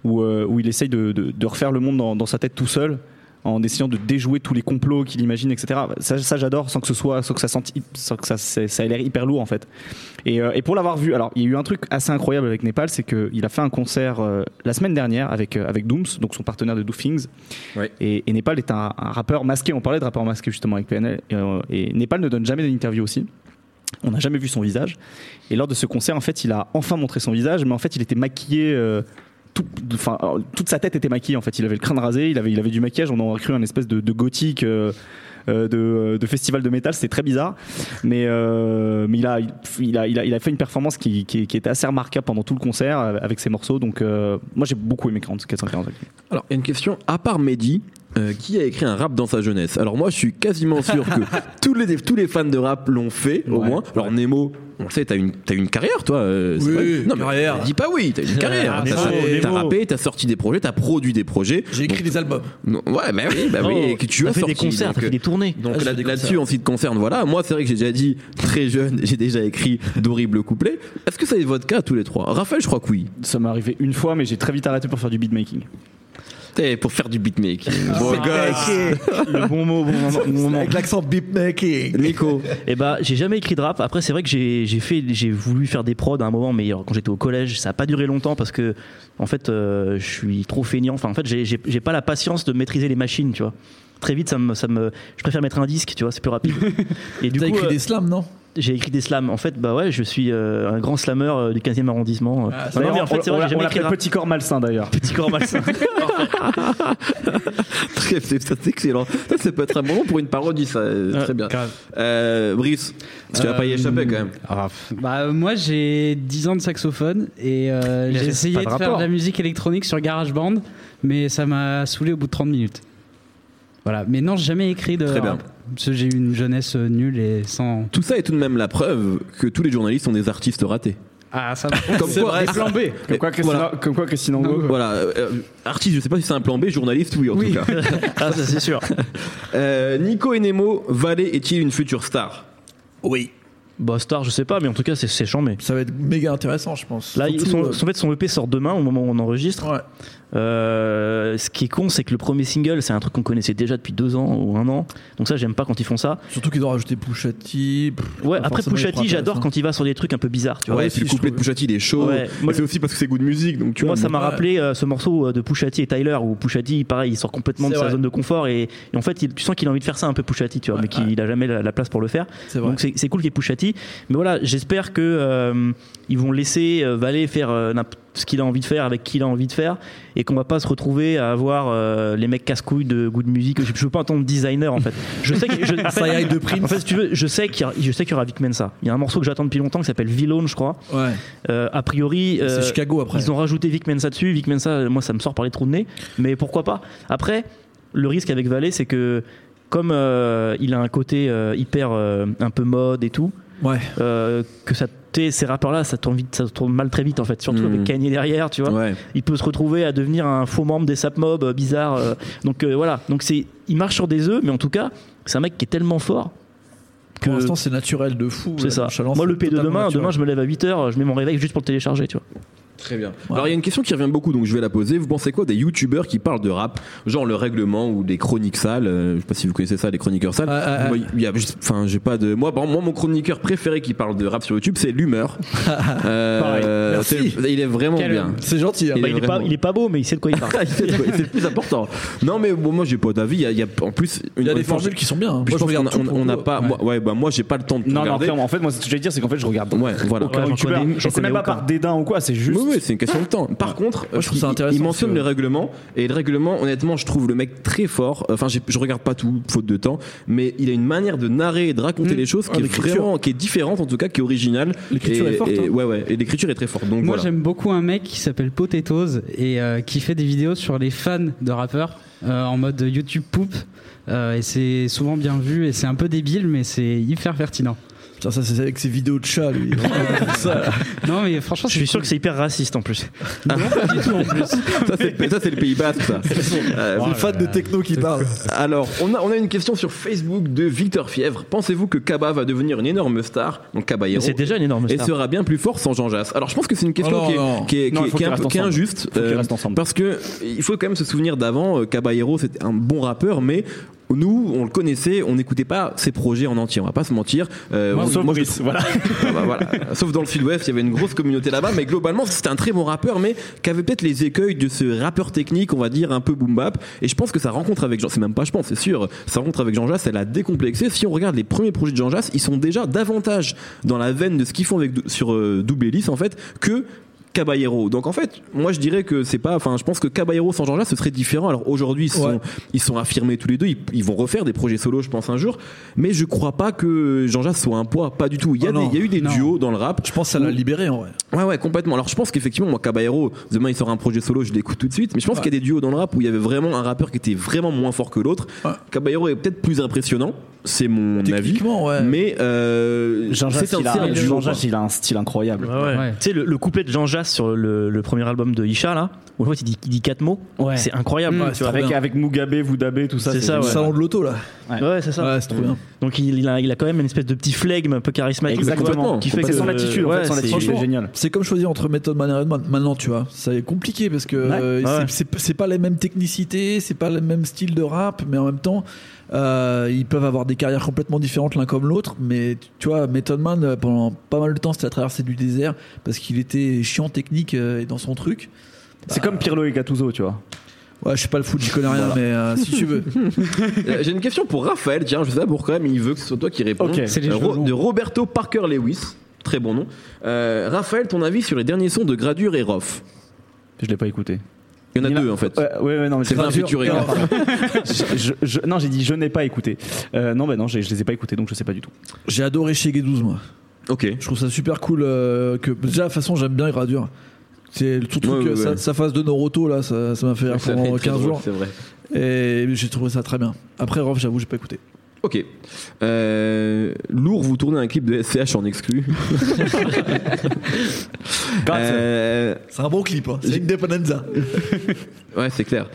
C: où, euh, où il essaye de, de- de refaire le monde dans, dans sa tête tout seul en essayant de déjouer tous les complots qu'il imagine, etc. Ça, ça, j'adore, sans que ce soit, sans que ça sente, sans que ça, c'est- ça ait l'air hyper lourd en fait. Et, euh, et pour l'avoir vu, alors il y a eu un truc assez incroyable avec Népal, c'est qu'il a fait un concert euh, la semaine dernière avec, euh, avec Dooms, donc son partenaire de Do Things.
B: Ouais.
C: Et, et Népal est un, un rappeur masqué, on parlait de rappeur masqué justement avec PNL, et, euh, et Népal ne donne jamais d'interview aussi. On n'a jamais vu son visage. Et lors de ce concert, en fait, il a enfin montré son visage, mais en fait, il était maquillé. euh, tout- Enfin, alors, toute sa tête était maquillée en fait. Il avait le crâne rasé, il avait, il avait du maquillage. On aurait cru un espèce de, de gothique euh, euh, de, de festival de métal. C'était très bizarre mais, euh, mais il, a, il, a, il, a, il a fait une performance qui, qui, qui était assez remarquable pendant tout le concert euh, avec ses morceaux. Donc, euh, moi, j'ai beaucoup aimé 40 440.
B: Alors, il y a une question. À part Mehdi, euh, qui a écrit un rap dans sa jeunesse Alors moi, je suis quasiment sûr que tous les tous les fans de rap l'ont fait, au
C: Ouais.
B: moins. Alors Nemo, on le sait, t'as une t'as une carrière, toi. euh, c'est
D: Oui,
B: vrai. non,
D: carrière.
B: Mais, dis pas oui, t'as une carrière.
E: Nemo,
B: T'as-
E: Nemo.
B: T'as rappé, t'as sorti des projets, t'as produit des projets.
D: J'ai écrit des albums.
B: Non, ouais, bah oui, bah oui,
E: Oh,
B: que tu
E: t'as
B: as
E: fait
B: sorti.
E: des concerts, t'as
B: donc, euh,
E: fait des tournées.
B: donc
D: Ah,
B: là-
D: j'ai des
B: là-dessus,
D: concerts.
B: en ce qui te concerne, voilà, moi c'est vrai que j'ai déjà dit très jeune, j'ai déjà écrit d'horribles couplets. Est-ce que c'est votre cas tous les trois Raphaël, je crois que oui.
C: Ça m'est arrivé une fois, mais j'ai très vite arrêté pour faire du beatmaking.
B: Eh, pour faire du beatmaking. Bon,
E: Le bon mot, au bon moment- bon moment.
D: Avec l'accent beatmaking.
B: Nico,
E: Et bah, j'ai jamais écrit de rap. Après, c'est vrai que j'ai j'ai fait, j'ai voulu faire des prods à un moment, mais euh, quand j'étais au collège, ça a pas duré longtemps parce que, en fait, euh, je suis trop feignant. Enfin, en fait, j'ai- j'ai j'ai pas la patience de maîtriser les machines, *laughs* tu vois. Très vite, ça me, ça me, je préfère mettre un disque, tu vois, c'est plus rapide. Et du
D: T'as
E: coup,
D: écrit
E: euh,
D: des slams, non
E: j'ai écrit des slams. En fait, bah ouais, je suis euh, un grand slammer euh, du 15e arrondissement.
D: Ah,
E: Non, non,
C: D'ailleurs,
E: mais en fait, c'est
C: on-
E: vrai,
C: on
E: j'ai jamais
C: l'a- on
E: écrit
C: l'appelle
E: rap.
C: petit corps malsain d'ailleurs.
E: Petit corps malsain.
B: Très, c'est ça, c'est excellent. Ça, ça peut être un bon nom pour une parodie, ça. euh,
E: Ouais,
B: très bien. Euh, Brice, parce que tu vas pas y échapper quand même.
A: Ah, pff,
F: Bah, euh, moi j'ai 10 ans de saxophone et euh,
C: Mais
F: j'ai
C: c'est
F: essayé
C: pas
F: de,
C: de
F: faire
C: rapport.
F: de la musique électronique sur GarageBand, mais ça m'a saoulé au bout de 30 minutes. Voilà, mais non, j'ai jamais écrit de.
B: Très bien.
F: Parce que j'ai eu une jeunesse euh, nulle et sans.
B: Tout ça est tout de même la preuve que tous les journalistes sont des artistes ratés.
F: Ah, ça
B: Comme quoi,
F: vrai.
B: ah,
F: plan B.
B: Et
C: Comme quoi, Christine,
B: voilà.
C: comme quoi, Christine
B: *laughs*
C: Angot,
B: Voilà, euh, euh, artiste, je sais pas si c'est un plan B, journaliste, oui en
F: Oui.
B: tout cas.
E: *laughs* Ah, ça, c'est sûr.
B: Euh, Nico et Nemo, Valet est-il une future star
D: Oui.
E: Bah, Star, je sais pas, mais en tout cas, c'est- c'est chambé.
D: Ça va être méga intéressant, je pense.
E: Là,
D: Surtout,
E: ils sont-
D: euh,
E: son- en fait, son EP sort demain au moment où on enregistre.
D: ouais.
E: Euh, ce qui est con, c'est que le premier single, c'est un truc qu'on connaissait déjà depuis deux ans ou un an. Donc ça, j'aime pas quand ils font ça.
D: Surtout qu'ils ont rajouté Pouchati.
E: Ouais, après Pushati, j'adore quand il va sur des trucs un peu bizarres, tu vois.
D: Ouais,
B: et puis
D: si,
B: le
D: je
B: couplet de
D: trouve.
B: Pushati, il est chaud.
E: Ouais,
B: Mais
E: moi,
B: c'est aussi parce que c'est goût de musique, donc tu
E: Moi,
B: vois.
E: ça
B: bon.
E: m'a
D: ouais.
E: rappelé euh, ce morceau euh, de Pushati et Tyler où Pushati, pareil, il sort complètement de
D: C'est
E: sa
D: vrai.
E: zone de confort et, et en fait, il- tu sens qu'il a envie de faire ça un peu Pushati, tu vois,
D: Ouais,
E: mais qu'il a jamais la, la place pour le faire.
D: C'est vrai.
E: Donc c'est c'est cool qu'il y ait Pushati, mais voilà, j'espère que euh, ils vont laisser euh, Valet faire euh, n'importe- ce qu'il a envie de faire avec qui il a envie de faire et qu'on va pas se retrouver à avoir euh, les mecs casse couilles de goût de musique. Je, je veux pas entendre designer en fait. Je sais que je, en
D: *laughs*
E: fait,
D: Ça y est, de Prince.
E: en fait, si tu veux, je sais qu'il y, aura- je sais qu'il y aura Vic Mensa. Il y a un morceau que j'attends depuis longtemps qui s'appelle Vilone, je crois.
D: ouais.
E: Euh, a priori, euh,
D: C'est Chicago après.
E: ils ont rajouté Vic Mensa dessus. Vic Mensa, moi, ça me sort par les trous de nez. Mais pourquoi pas Après, le risque avec Valet, c'est que comme euh, il a un côté euh, hyper euh, un peu mode et tout,
D: Ouais.
E: euh, que ça, t'es- ces rappeurs-là, ça tourne vite, ça tourne mal très vite en fait. Surtout
B: Mhm.
D: Hmm.
E: avec Kanye derrière, tu vois.
B: Ouais.
E: Il peut se retrouver à devenir un faux membre des Sap Mob euh, bizarre. euh. donc euh, voilà. Donc c'est, il marche sur des œufs, mais en tout cas, c'est un mec qui est tellement fort.
D: Pour
E: que-
D: l'instant, c'est naturel de fou.
E: c'est
D: la
E: ça.
D: nonchalance,
E: Moi, le
D: c'est
E: P de
D: totalement
E: demain,
D: naturel.
E: demain, je me lève à 8h, je mets mon réveil juste pour le télécharger, tu vois.
B: Très bien. Alors il y a une question qui revient beaucoup, donc je vais la poser. Vous pensez quoi des youtubeurs qui parlent de rap, genre le règlement ou des chroniques sales euh, Je sais pas si vous connaissez ça, les chroniqueurs sales.
D: Ah, ah, ah.
B: Moi, il y a- je- enfin, j'ai pas de. Moi, par exemple, moi, mon chroniqueur préféré qui parle de rap sur YouTube, c'est l'humeur. Euh,
D: *laughs* Pareil.
B: c'est-
D: Merci.
B: Il est vraiment
F: Quel
B: bien.
F: homme.
D: C'est gentil. hein.
B: Il
E: Bah,
B: est
E: il, est pas,
B: vraiment-
E: il est pas beau, mais il sait de quoi
D: *laughs*
E: il parle.
B: Ah, *laughs* il sait de quoi- c'est le plus important. Non, mais bon, moi, j'ai pas d'avis. Il y a- il y, a en plus une
D: Il y a
B: une
D: des
B: fois,
D: formules qui sont bien. hein.
B: je
D: Moi,
B: pense
D: trouve
B: qu'on
D: que tout
B: on- on n'a
D: propos-
B: pas.
D: Ouais.
B: Moi, ouais, bah moi, j'ai pas le temps de tout
C: Non, non,
B: regarder.
C: clairement. En fait, moi, ce que je vais dire, c'est qu'en fait, je regarde.
B: Ouais, voilà.
E: Aucun,
C: Aucun
E: j'en
C: youtubeur.
E: connais-
C: Et
E: j'en
C: c'est même
E: connais
C: pas par dédain ou quoi, c'est juste.
B: Oui, oui, c'est une question de temps. Par contre,
D: Moi, je trouve ça
B: il-
D: intéressant
B: il mentionne
D: parce
B: le
D: que-
B: règlement. Et le règlement, honnêtement, je trouve le mec très fort. Enfin, j'ai- je regarde pas tout, faute de temps. Mais il a une manière de narrer et de raconter les choses qui,
D: Ah,
B: est
D: l'écriture.
B: vraiment, qui est différente, en tout cas, qui est originale.
D: L'écriture
B: Et-
D: est forte,
B: et-
D: hein.
B: Ouais, ouais. Et l'écriture est très forte. Donc
F: Moi
B: voilà.
F: j'aime beaucoup un mec qui s'appelle Potatoes et euh, qui fait des vidéos sur les fans de rappeurs euh, en mode YouTube poop. Euh, et c'est souvent bien vu et c'est un peu débile mais c'est hyper pertinent.
D: Putain, ça, c'est avec ses vidéos de chat,
E: *laughs*
D: lui.
F: Non mais franchement
E: Je suis sûr que c'est hyper raciste en plus.
B: Ça, c'est le, ça, c'est le Pays Basque,
D: *laughs*
B: ça. Euh,
D: le fan de techno qui parle.
B: Alors, on a, on a une question sur Facebook de Victor Fièvre. Pensez-vous que Kaba va devenir une énorme star, donc Caballero,
E: Mais C'est déjà une énorme
B: et
E: star.
B: sera bien plus fort sans Jean Jass Alors, je pense que c'est une question
D: Oh non,
B: qui est-
D: non.
B: qui est- qui
C: Non, il
B: est
C: faut
B: qui est
C: qu'ils
B: un peu-
C: restent
B: qui est
C: ensemble.
B: injuste.
C: qu'ils
B: euh,
C: restent ensemble.
B: Parce que il faut quand même se souvenir d'avant, euh, Caballero, c'était un bon rappeur, mais. Nous, on le connaissait, on n'écoutait pas ses projets en entier, on va pas se mentir. Euh, on-
C: Sauf
B: je
C: Brice,
B: trouve-
C: voilà.
B: ah *laughs* bah voilà. Sauf dans le sud-ouest, il y avait une grosse communauté là-bas, mais globalement, c'était un très bon rappeur, mais qui avait peut-être les écueils de ce rappeur technique, on va dire, un peu boom bap. Et je pense que sa rencontre avec Jean, c'est même pas je pense, c'est sûr, sa rencontre avec Jean Jass, elle a décomplexé. Si on regarde les premiers projets de Jean Jass, ils sont déjà davantage dans la veine de ce qu'ils font avec, sur euh, Double Hélice, en fait, que Caballero. Donc en fait, moi je dirais que c'est pas. Enfin, je pense que Caballero sans Jean-Jacques, ce serait différent. Alors aujourd'hui, ils, sont,
D: Ouais.
B: ils sont affirmés tous les deux. Ils, ils vont refaire des projets solo, je pense, un jour. Mais je crois pas que Jean-Jacques soit un poids. Pas du tout. Il y a,
D: Ah non,
B: des- il y a eu des
F: non.
B: duos dans le rap.
D: Je pense que ça l'a libéré en vrai.
B: Ouais, ouais, complètement. Alors je pense qu'effectivement, moi, Caballero, demain il sort un projet solo, je l'écoute tout de suite. Mais je pense
D: Ouais.
B: qu'il y a des duos dans le rap où il y avait vraiment un rappeur qui était vraiment moins fort que l'autre.
D: Ouais.
B: Caballero est peut-être plus impressionnant. C'est mon avis.
D: Techniquement, ouais.
B: Mais euh,
C: Jean Jass,
B: c'est un,
C: il, a-
B: c'est un duo,
C: Jean
B: quoi.
C: Jass, il a un style incroyable.
F: Ouais.
E: Tu sais, le, le couplet de Jean Jass sur le, le premier album de Isha, là, où en fait il dit, il dit quatre mots,
C: Ouais.
E: c'est incroyable.
F: Mm.
E: tu
D: Ouais, c'est
E: vois.
D: trop
C: Avec,
D: bien.
C: avec Mugabe, Voudabe, tout ça.
E: C'est ça,
D: Le
E: ouais.
D: salon de l'auto là.
E: Ouais, c'est ça.
D: Ouais, c'est trop bien.
E: Donc il, il a, il a quand même une espèce de petit flegme un peu charismatique.
C: Exactement.
E: Qui fait que
C: C'est son attitude, en
E: ouais,
C: fait, son
E: c'est-
C: attitude.
D: franchement,
C: C'est génial.
D: C'est comme choisir entre Method Man et Redman maintenant, tu vois. C'est compliqué parce que euh,
B: Ah
E: ouais.
D: c'est- c'est c'est pas les mêmes technicités, c'est pas le même style de rap, mais en même temps, euh, ils peuvent avoir des carrières complètement différentes l'un comme l'autre. Mais tu- tu vois, Method Man, euh, pendant pas mal de temps, c'était la traversée du désert parce qu'il était chiant technique euh, et dans son truc.
C: C'est comme Pirlo et Gattuso, tu vois.
D: Ouais, je suis pas le foot, j'y connais rien, mais euh, si
B: *laughs*
D: tu veux.
B: Euh, J'ai une question pour Raphaël, tiens, je sais pas pourquoi, mais il veut que ce soit toi qui réponds.
C: Ok.
F: C'est les
B: Euh,
F: cheveux
B: Ro-
F: longs.
B: de Roberto Parker Lewis, très bon nom. Euh, Raphaël, ton avis sur les derniers sons de Gradure et Roff
C: Je l'ai pas écouté.
B: Il y en a
C: Il y en a- Euh,
B: deux en fait.
C: Ouais, ouais, ouais, non, mais
B: C'est
C: je-
B: pas un futur et Roff.
C: je- je- je- Non, j'ai dit je n'ai pas écouté. Euh, non, bah non, j'ai- je les ai pas écoutés, donc je sais pas du tout.
D: J'ai adoré chez 12 moi.
B: *laughs* Ok.
D: Je trouve ça super cool euh, que déjà de toute façon j'aime bien Gradur. C'est le tout truc
B: Ouais, ouais,
D: euh, Sa,
B: ouais.
D: sa phase de Naruto là, ça ça m'a fait rire
B: Ça fait
D: pendant
B: très
D: 15
B: drôle,
D: jours
B: C'est vrai.
D: et j'ai trouvé ça très bien. Après Rof, j'avoue, j'ai pas écouté.
B: Ok. Euh, lourd, vous tournez un clip de SCH en exclu. *laughs* Euh,
D: C'est un bon clip hein. C'est une dépenanza.
B: ouais, c'est clair.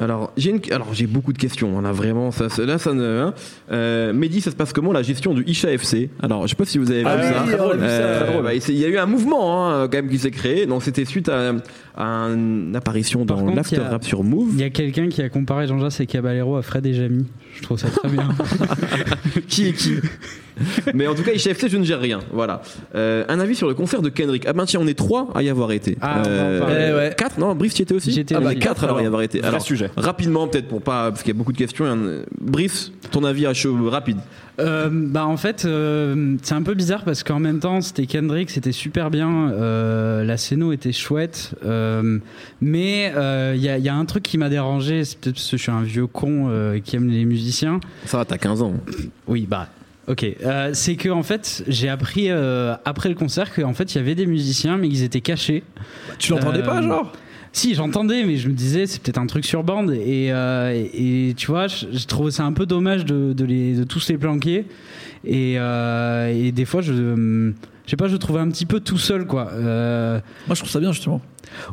B: Alors, j'ai une... alors j'ai beaucoup de questions. On a vraiment ça. ça- Là, ça ne. hein. Euh, Mehdi, ça se passe comment la gestion du Isha FC Alors, je sais pas si vous avez
C: Ah
B: vu
C: oui,
B: ça.
C: oui, on a vu ça.
B: Euh, bah, il s'est- il y a eu un mouvement hein, quand même qui s'est créé. Donc, c'était suite à, à une apparition
F: Par
B: dans
F: contre,
B: l'after
F: il y a-
B: rap sur Move.
F: *laughs* Il y a quelqu'un qui a comparé Jean-Jacques et Caballero à Fred et Jamy. Je trouve ça très bien.
B: *laughs* qui est qui Mais en tout cas, ICFC, je ne gère rien. Voilà. Euh, un avis sur le concert de Kendrick. Ah ben tiens, on est trois à y avoir été. Euh,
F: Ah, on va en parler.
D: Eh ouais.
B: Quatre Non, Brice, tu y étais aussi
F: J'y étais
B: Ah bah
F: aussi.
B: quatre alors à y avoir été.
C: Vrai
B: Alors,
C: sujet.
B: rapidement, peut-être pour pas. Parce qu'il y a beaucoup de questions. hein. Brice, ton avis à chaud, rapide.
F: Euh, bah en fait, euh, c'est un peu bizarre parce qu'en même temps, c'était Kendrick, c'était super bien, euh, la scéno était chouette, euh, mais euh, il y, a, il y a un truc qui m'a dérangé, c'est peut-être parce que je suis un vieux con euh, qui aime les musiciens.
B: Ça va, t'as 15 ans.
F: Oui, bah. Ok, euh, c'est que en fait j'ai appris euh, après le concert qu'en fait il y avait des musiciens mais qu'ils étaient cachés.
D: Tu l'entendais
F: Euh,
D: pas genre
F: Si j'entendais mais je me disais c'est peut-être un truc sur bande et, euh, et, et tu vois je, je trouve ça un peu dommage de, de, les, de tous les planquer et, euh, et des fois je je sais pas je le trouvais un petit peu tout seul quoi. Euh,
D: Moi je trouve ça bien justement.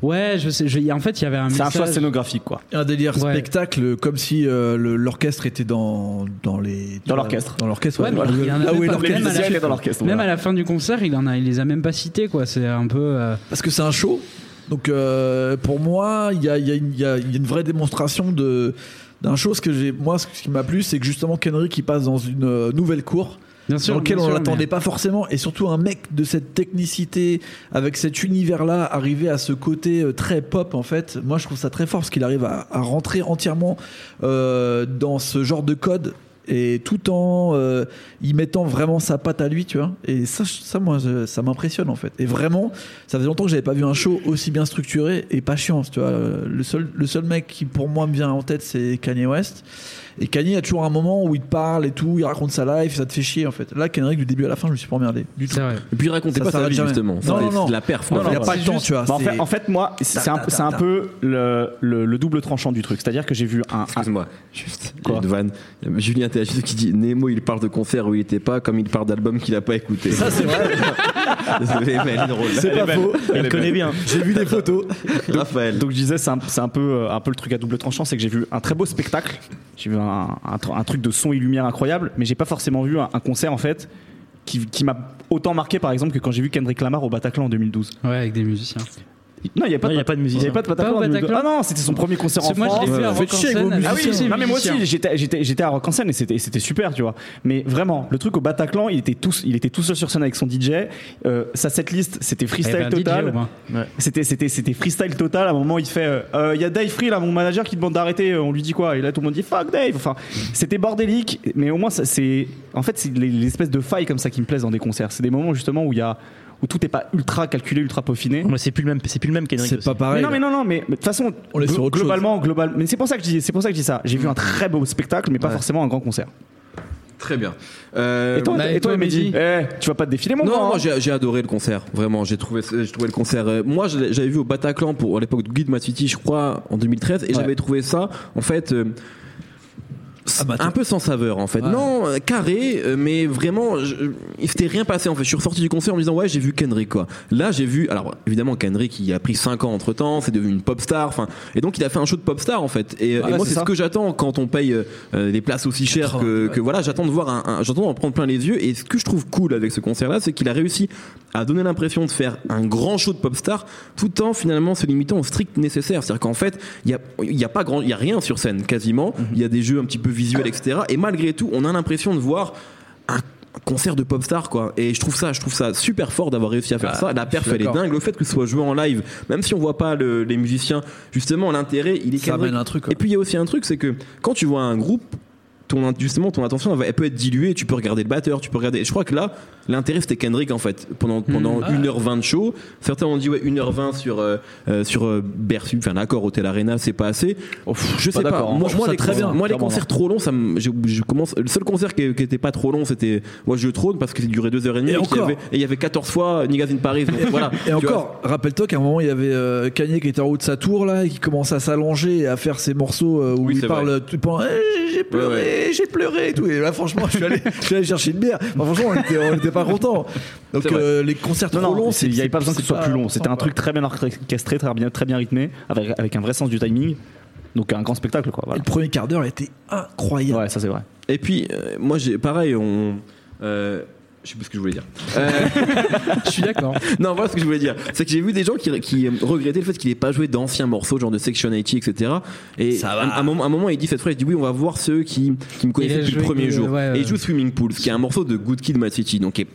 F: ouais je sais je- en fait il y avait un
C: C'est un choix
F: message.
C: scénographique, quoi.
D: Un délire
F: Ouais.
D: spectacle comme si euh, le- l'orchestre était dans dans les
C: Dans l'orchestre.
D: Dans l'orchestre.
F: Ouais, mais il y en a
C: Ah
D: Là où
F: même
D: est
F: pas-
D: l'orchestre.
F: même à la
C: musiciens
F: fin-
C: dans l'orchestre,
F: Même
C: voilà.
F: à la fin du concert, il en a, il les a même pas cités quoi. C'est un peu. euh,
D: Parce que c'est un show. Donc euh, pour moi, il y a, il y a une- il y a- il y a une vraie démonstration de d'un show. Ce que j'ai, moi, ce qui m'a plu, c'est que justement Kenry qui passe dans une euh, nouvelle cour
F: bien sûr.
D: dans laquelle
F: bien
D: on
F: sûr,
D: l'attendait
F: mais-
D: pas forcément, et surtout un mec de cette technicité, avec cet univers-là, arrivé à ce côté euh, très pop en fait. Moi, je trouve ça très fort parce qu'il arrive à, à rentrer entièrement euh, dans ce genre de code. Et tout en euh, y mettant vraiment sa patte à lui, tu vois. Et ça, je- ça moi, je- ça m'impressionne en fait. Et vraiment, ça faisait longtemps que j'avais pas vu un show aussi bien structuré et pas chiant, tu vois. Euh, Le seul, le seul mec qui pour moi me vient en tête, c'est Kanye West. Et Kanye a toujours un moment où il te parle et tout, il raconte sa life, ça te fait chier en fait. Là, Kendrick du début à la fin, je me suis pas emmerdé du tout.
F: C'est vrai.
B: Et puis racontez
D: Ça
B: pas sa
D: s'arrête
B: vie,
D: jamais.
B: justement. Ça,
D: Non,
B: c'est
D: non, non.
B: de la perf.
D: Non,
B: quoi.
D: non, il n'y a
C: non,
D: pas
F: c'est
D: le temps,
F: juste-
D: tu vois.
C: Bah, en,
D: c'est-
C: fait, en fait, moi, c'est un, c'est un peu le, le- le double tranchant du truc. C'est-à-dire que j'ai vu un. un-
B: Excuse-moi, juste j'ai
C: Quoi
B: une vanne. Il y a Julien Théagis qui dit Nemo, il parle de concert où il était pas, comme il parle d'album qu'il a pas écouté.
D: Ça, c'est vrai.
B: *laughs* Désolé, mais elle est drôle.
D: C'est pas faux.
E: Il connaît bien.
D: J'ai vu des photos.
B: Raphaël.
C: donc je disais, c'est un, c'est un peu, euh, un peu le truc à double tranchant, c'est que j'ai vu un très beau spectacle, j'ai vu un, un tr- un truc de son et lumière incroyable, mais j'ai pas forcément vu un, un concert en fait qui, qui m'a autant marqué par exemple que quand j'ai vu Kendrick Lamar au Bataclan en 2012.
F: Ouais, avec des musiciens.
C: Non, il n'y a, pas
E: Non,
C: de
E: il y a pas de musicien.
C: il y avait pas de Bataclan.
F: Pas au
C: en 2012.
F: Bataclan
C: ah non, c'était son premier concert en
F: Parce que moi,
C: France.
F: je l'ai fait à
D: euh, Faites
F: Rock en
D: chier avec vos
F: scène.
D: musiciens.
F: avec
C: Ah
F: des
C: oui,
F: musiciens.
C: non, mais moi aussi, j'étais, j'étais, j'étais à Rock en scène et c'était, c'était super, tu vois. Mais vraiment, le truc au Bataclan, il était, tous, il était tout seul sur scène avec son DJ. Euh, sa setlist, c'était
F: Il y
C: freestyle
F: avait un DJ,
C: total.
F: Eh ben, au moins.
C: C'était, c'était, c'était freestyle total. À un moment, il fait euh, Euh, Il y a Dave Free, là, mon manager, qui demande d'arrêter. Euh, On lui dit quoi Et là, tout le monde dit Fuck Dave Enfin, c'était bordélique, mais au moins, ça, c'est. En fait, c'est les- l'espèce de faille comme ça qui me plaisent dans des concerts. C'est des moments justement où, il y a, où tout n'est pas ultra calculé, ultra peaufiné.
E: Moi, c'est plus le même, c'est plus le même qu'Henrik
D: C'est
E: aussi.
D: pas
C: Mais
D: pareil.
C: non, mais non, non, mais mais de toute façon,
D: On est sur
C: glo-
D: autre chose.
C: globalement, global. Mais c'est pour ça que je dis, c'est pour ça que je dis ça. J'ai vu un très beau spectacle, mais pas
B: Ouais.
C: forcément un grand concert.
B: Très bien. Euh,
C: et toi,
F: bah,
C: et toi, Mehdi,
F: Mehdi
C: Eh, tu vas pas te défiler, mon
B: non,
C: grand,
B: moi
C: hein.
B: j'ai j'ai adoré le concert, vraiment. J'ai trouvé, j'ai trouvé le concert. euh, moi, je l'ai- j'avais vu au Bataclan pour à l'époque de Guy de Matuidi, je crois, en 2013, et j'avais trouvé ça, en fait. euh,
D: Amateur.
C: Ah bah,
B: un peu sans saveur en fait.
D: Ouais.
B: Non, euh, carré, euh, mais vraiment, je- il s'était rien passé en fait. Je suis ressorti du concert en me disant ouais j'ai vu Kendrick quoi. Là j'ai vu, alors évidemment Kendrick il a pris 5 ans entre temps, c'est devenu une pop star, enfin, et donc il a fait un show de pop star en fait. Et, euh,
C: Ah
B: et
C: ouais,
B: moi
C: c'est
B: c'est ce
C: ça.
B: que j'attends quand on paye euh, euh, des places aussi chères que,
D: 80,
B: que voilà, j'attends de voir un, un- j'attends d'en prendre plein les yeux. Et ce que je trouve cool avec ce concert là, c'est qu'il a réussi à donner l'impression de faire un grand show de pop star tout en finalement se limitant au strict nécessaire. C'est-à-dire qu'en fait, il n'y a, il y a pas grand, il y a rien sur
D: Mhm.
B: scène quasiment. Il y a des jeux un petit peu visuels, etc. Et malgré tout, on a l'impression de voir un concert de popstar quoi et je trouve ça je trouve ça super fort d'avoir réussi à faire ça la perf elle est
D: Ah, d'accord.
B: dingue le fait que ce soit joué en live même si on voit pas le- les musiciens justement l'intérêt il est
D: Ça
B: cadré.
D: amène un truc.
B: et puis il y a aussi un truc c'est que quand tu vois un groupe ton justement ton attention elle va- elle peut être diluée tu peux regarder le batteur tu peux regarder et je crois que là l'intérêt c'était Kendrick en fait pendant
A: Hmm.
B: pendant
A: Ah.
B: 1h20 de show certains ont dit ouais 1h20 sur euh, euh, sur euh, Bercy enfin l'accord Hotel Arena c'est pas assez je sais
A: pas
B: pas,
A: d'accord, hein.
B: moi,
A: Je trouve
B: moi,
A: ça
B: les,
A: très
B: concerts-
A: bien,
B: moi, les
A: clairement,
B: concerts trop longs ça me- je, je commence le seul concert qui, qui était pas trop long c'était moi je trône parce que c'est duré 2h30
D: Et
B: qu'il y
D: encore.
B: avait- et il y avait 14 fois Niggas in
A: *laughs*
B: Paris donc voilà Tu
D: Et
B: vois,
D: encore, rappelle-toi qu'à un moment il y avait euh, Kanye qui était en haut de sa tour là et qui commençait à s'allonger et à faire ses morceaux euh, où
B: Oui,
D: il
B: c'est
D: parle tout pendant Eh, j'ai- j'ai pleuré, j'ai pleuré et tout. Et là franchement, je suis allé, je suis allé chercher une bière. Enfin, franchement, on était, on était pas contents. Donc
B: C'est vrai.
D: euh, les concerts trop
C: Non, non,
D: longs,
C: c'est- il n'y avait pas besoin que ce
D: c'est
C: soit plus long.
D: pas-
C: C'était un truc très bien orchestré, très bien, très bien rythmé, avec, avec un vrai sens du timing. Donc un grand spectacle, quoi.
D: Et
C: Voilà.
D: le premier quart d'heure était incroyable.
C: Ouais, ça c'est vrai.
B: et puis euh, moi j'ai pareil on euh, je sais plus ce que je voulais dire Euh,
F: *laughs* Je suis d'accord.
B: Non, voilà ce que je voulais dire. C'est que j'ai vu des gens qui, qui regrettaient le fait qu'il n'ait pas joué d'anciens morceaux, genre de Section 80, etc. Et
D: Ça va.
B: un, un moment, un moment, il dit cette phrase, il dit oui, on va voir ceux qui, qui me connaissaient
F: a
B: depuis le
F: joué
B: premier
F: de-
B: jour.
F: ouais, ouais.
B: Et il joue Swimming Pool, ce qui est un morceau de Good Kid, Mad City, donc qui est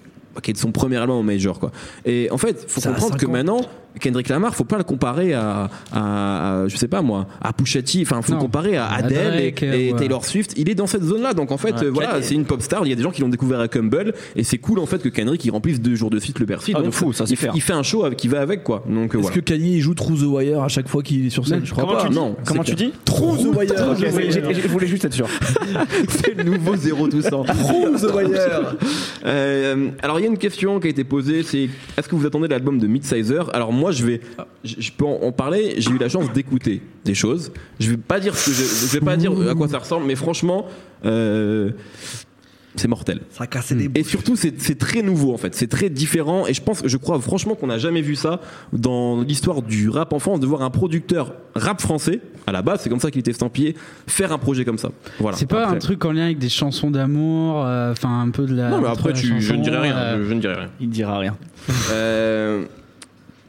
B: qui est de son premier album en major quoi et en fait faut
D: Ça a
B: comprendre
D: cinq
B: que
D: ans.
B: maintenant Kendrick Lamar faut pas le comparer à, à, à, je sais pas moi à Pusha T enfin faut
F: Non.
B: le comparer à
F: À
B: Adele et-
F: Drake,
B: et,
F: ouais.
B: Taylor Swift il est dans cette zone là donc en fait euh, voilà c'est une pop star il y a des gens qui l'ont découvert à Cumble et c'est cool en fait que Kendrick il remplisse deux jours de suite le Bercy
C: Ah, de
B: donc
C: fou, ça, c'est
B: il,
C: clair.
B: il fait un show avec, qui va avec quoi donc euh,
D: Est-ce
B: voilà
D: que Kanye il joue True the Wire à chaque fois qu'il est sur scène Je crois
B: Comment
D: pas.
B: tu dis Non,
C: Comment
B: c'est
C: tu dis
D: True the Wire.
C: Ok, c'est- j'ai- Je voulais juste être sûr.
B: c'est le nouveau 0 tout *laughs* ça
D: True the Wire.
B: Euh, alors il y a une question qui a été posée, c'est est-ce que vous attendez l'album de Midsizer Alors moi je vais, je, je peux en, en parler. J'ai eu la chance d'écouter des choses. Je vais pas dire ce que je, je vais pas dire à quoi ça ressemble, mais franchement. euh, c'est mortel.
D: Ça a cassé des
B: Et surtout, c'est c'est très nouveau en fait. C'est très différent. Et je pense, je crois franchement qu'on n'a jamais vu ça dans l'histoire du rap en France, de voir un producteur rap français, à la base, c'est comme ça qu'il était estampillé, faire un projet comme ça. Voilà.
F: C'est pas
B: Après-
F: un truc en lien avec des chansons d'amour, euh, enfin un peu de la.
B: Non, mais
F: entre
B: après,
F: la
B: tu- je ne
F: chanson,
B: dirai rien.
F: euh,
B: je- je ne dirai rien.
C: Il dira rien.
B: Euh,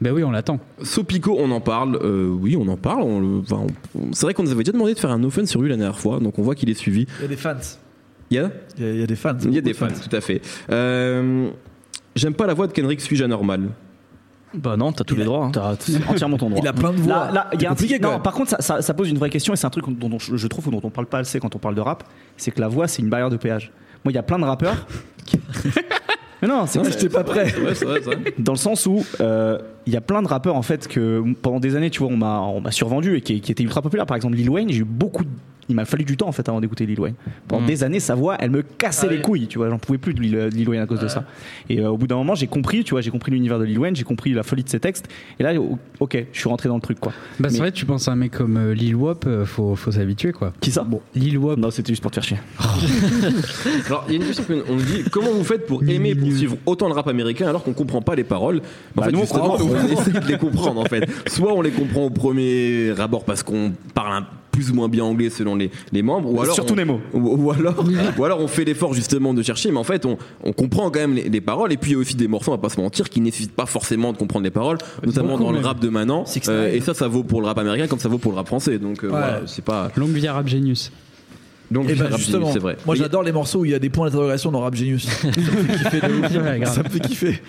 F: Ben oui, on l'attend.
B: Sopico, on en parle. Euh, oui, on en parle. On le- enfin, on- c'est vrai qu'on nous avait déjà demandé de faire un open sur lui la dernière fois, donc on voit qu'il est suivi.
D: Il y a des fans.
B: Il y a,
D: Il y a, il y a des fans.
B: il y a des fans, tout à fait. Euh, J'aime pas la voix de Kendrick, suis-je anormal
E: Bah non, t'as tous les droits. hein.
C: T'as *laughs* c'est entièrement ton droit.
D: Il a plein de voix.
C: Là, là, il y a un
D: compliqué,
C: truc-
D: quand
C: non,
D: même.
C: par contre, ça, ça- ça pose une vraie question et c'est un truc dont, dont je je trouve dont on parle pas assez quand on parle de rap, c'est que la voix c'est une barrière de péage. Moi, il y a plein de rappeurs. qui- *laughs* Mais non, c'est
D: Non, j'étais pas prêt.
B: Ouais, c'est vrai, c'est vrai.
C: dans le sens où euh, il y a plein de rappeurs en fait que pendant des années, tu vois, on m'a on m'a survendu et qui, qui étaient ultra populaires. Par exemple, Lil Wayne, j'ai eu beaucoup. de- Il m'a fallu du temps en fait avant d'écouter Lil Wayne. Pendant
E: Mm.
C: des années, sa voix, elle me cassait
D: Ah
C: les
D: oui.
C: couilles, tu vois. J'en pouvais plus de Lil, Lil Wayne à cause de ça. Et euh, au bout d'un moment, j'ai compris, tu vois, j'ai compris l'univers de Lil Wayne, j'ai compris la folie de ses textes. Et là, o- ok, je suis rentré dans le truc, quoi.
F: Bah c'est
C: Mais-
F: vrai, tu penses à un mec comme euh, Lil Wop, euh, faut, faut s'habituer quoi.
C: Qui ça Bon.
F: Lil Wop.
C: Non, c'était juste pour te faire chier.
B: Alors, il y a une question qu'on on nous dit comment vous faites pour aimer, pour suivre autant le rap américain alors qu'on comprend pas les paroles En
C: Bah,
B: fait,
C: nous, on
B: justement,
C: comprend.
B: on essaie de les comprendre en fait. Soit on les comprend au premier abord parce qu'on parle un plus ou moins bien anglais selon les, les membres, ou alors
C: Surtout
B: on-
C: Nemo.
B: ou, ou alors, *laughs* ou alors on fait l'effort justement de chercher, mais en fait on, on comprend quand même les, les paroles. Et puis il y a aussi des morceaux, on va pas se mentir, qui nécessitent pas forcément de comprendre les paroles, notamment dans le rap de Manan.
D: Six
B: Euh,
D: Nine.
B: et ça, ça vaut pour le rap américain comme ça vaut pour le rap français. Donc euh,
D: Ouais.
B: voilà, c'est pas.
F: Longue vie à Rap Genius.
B: Donc
D: Et
B: le
D: bah
B: rap,
D: justement,
B: c'est vrai.
D: moi
B: Et-
D: j'adore les morceaux où il y a des points d'interrogation dans Rap Genius. ça me fait kiffer de ouf.
F: Ouais, grave.
D: Ça me fait kiffer.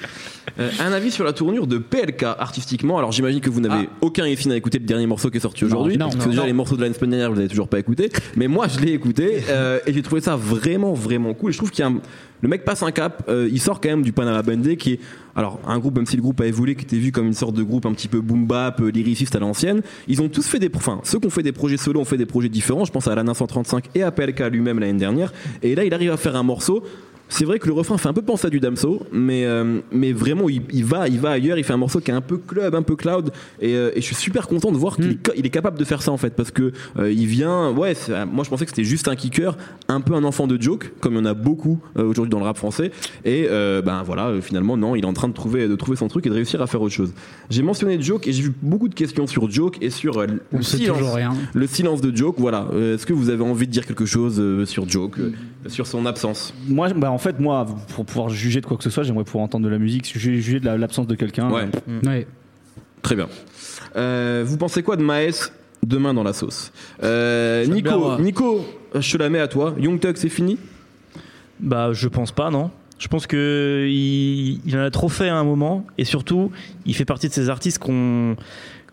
B: Euh, un avis sur la tournure de PLK artistiquement. Alors j'imagine que vous n'avez aucun ici à écouter le dernier morceau qui est sorti aujourd'hui.
F: Ah. non,
B: Parce
F: non,
B: que déjà
F: non.
B: les morceaux de la semaine dernière, vous n'avez toujours pas écouté. Mais moi je l'ai écouté euh, et j'ai trouvé ça vraiment vraiment cool. Et je trouve qu'il y a un- le mec passe un cap. euh, il sort quand même du Panama Bandé qui est alors un groupe même si le groupe a évolué qui était vu comme une sorte de groupe un petit peu boom bap, euh, lyriciste à l'ancienne. Ils ont tous fait des enfin ceux qui ont fait des projets solo ont fait des projets différents. Je pense à Lana 135 et à PLK lui-même l'année dernière. Et là il arrive à faire un morceau c'est vrai que le refrain fait un peu penser à du Damso, mais, euh, mais vraiment, il, il va, il va ailleurs. Il fait un morceau qui est un peu club, un peu cloud. Et, euh, et je suis super content de
F: Hmm.
B: voir qu'il est, ca- il est capable de faire ça, en fait. Parce que euh, il vient. Ouais, c'est- euh, moi, je pensais que c'était juste un kicker, un peu un enfant de joke, comme il y en a beaucoup euh, aujourd'hui dans le rap français. Et euh, ben voilà, euh, finalement, non, il est en train de trouver, de trouver son truc et de réussir à faire autre chose. J'ai mentionné joke et j'ai vu beaucoup de questions sur joke et sur euh,
F: On
B: le
F: sait
B: silence
F: toujours rien.
B: le silence de Joke, voilà. Euh, Est-ce que vous avez envie de dire quelque chose euh, sur Joke, euh, sur son absence
C: Moi, bah, en fait, moi, pour pouvoir juger de quoi que ce soit, j'aimerais pouvoir entendre de la musique, juger, juger de la- l'absence de quelqu'un.
B: Ouais,
F: Ah Ouais.
B: très bien. Euh, vous pensez quoi de Maes demain dans la sauce Euh,
D: J'aime bien,
B: Nico,
D: moi.
B: Nico, je te la mets à toi. Young Tuck, c'est fini
E: Bah je pense pas, non. Je pense que il, il en a trop fait à un moment et surtout, il fait partie de ces artistes qu'on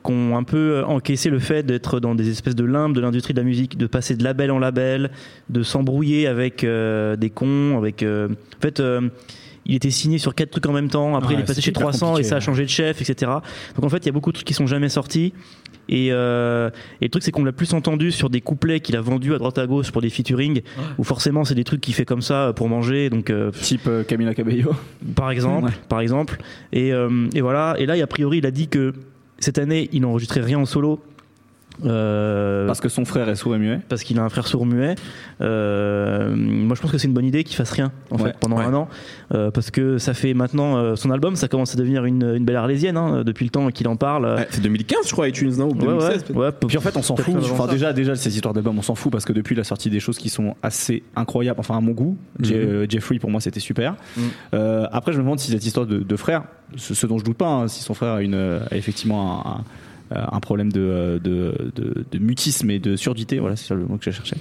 E: qu'on un peu encaissé le fait d'être dans des espèces de limbes de l'industrie de la musique, de passer de label en label, de s'embrouiller avec euh, des cons, avec euh, en fait euh, il était signé sur quatre trucs en même temps, après
A: Ouais,
E: il est passé
A: c'est
E: chez
A: hyper
E: 300 et
A: compliqué,
E: ça a
A: ouais.
E: changé de chef, etc. Donc en fait il y a beaucoup de trucs qui sont jamais sortis. Et, euh, et le truc c'est qu'on l'a plus entendu sur des couplets qu'il a vendus à droite à gauche pour des featuring, où forcément c'est des trucs qu'il fait comme ça pour manger, donc euh,
C: Type euh, Camila Cabello.
E: par exemple,
C: Ouais.
E: par exemple. Et, euh, et voilà. Et là, et a priori, il a dit que cette année, il n'enregistrait rien en solo. euh,
C: Parce que son frère est sourd et muet.
E: parce qu'il a un frère sourd muet. Euh, moi, je pense que c'est une bonne idée qu'il fasse rien en
C: Ouais.
E: fait pendant
A: Ouais.
E: un an, Euh, parce que ça fait maintenant euh, son album, ça commence à devenir une, une belle arlésienne hein, depuis le temps qu'il en parle.
B: Ouais, Ah, c'est 2015, je crois, iTunes, non Ou
E: Ouais,
B: 2016
E: ouais,
B: peut-être.
E: ouais,
C: Puis en fait, on s'en
E: Peut-être
C: fout.
E: avant
C: Enfin,
E: ça.
C: déjà, déjà, ces histoires d'albums, on s'en fout parce que depuis, il a sorti des choses qui sont assez incroyables. Enfin, à mon goût, Je-
E: Mhm.
C: euh, Jeffrey, pour moi, c'était super. Euh, après, je me demande si cette histoire de, de frère, ce, ce dont je doute pas, hein, si son frère a, une, euh, a effectivement un, un- un problème de, euh, de, de- de mutisme et de surdité, voilà, c'est ça le mot que j'ai cherché.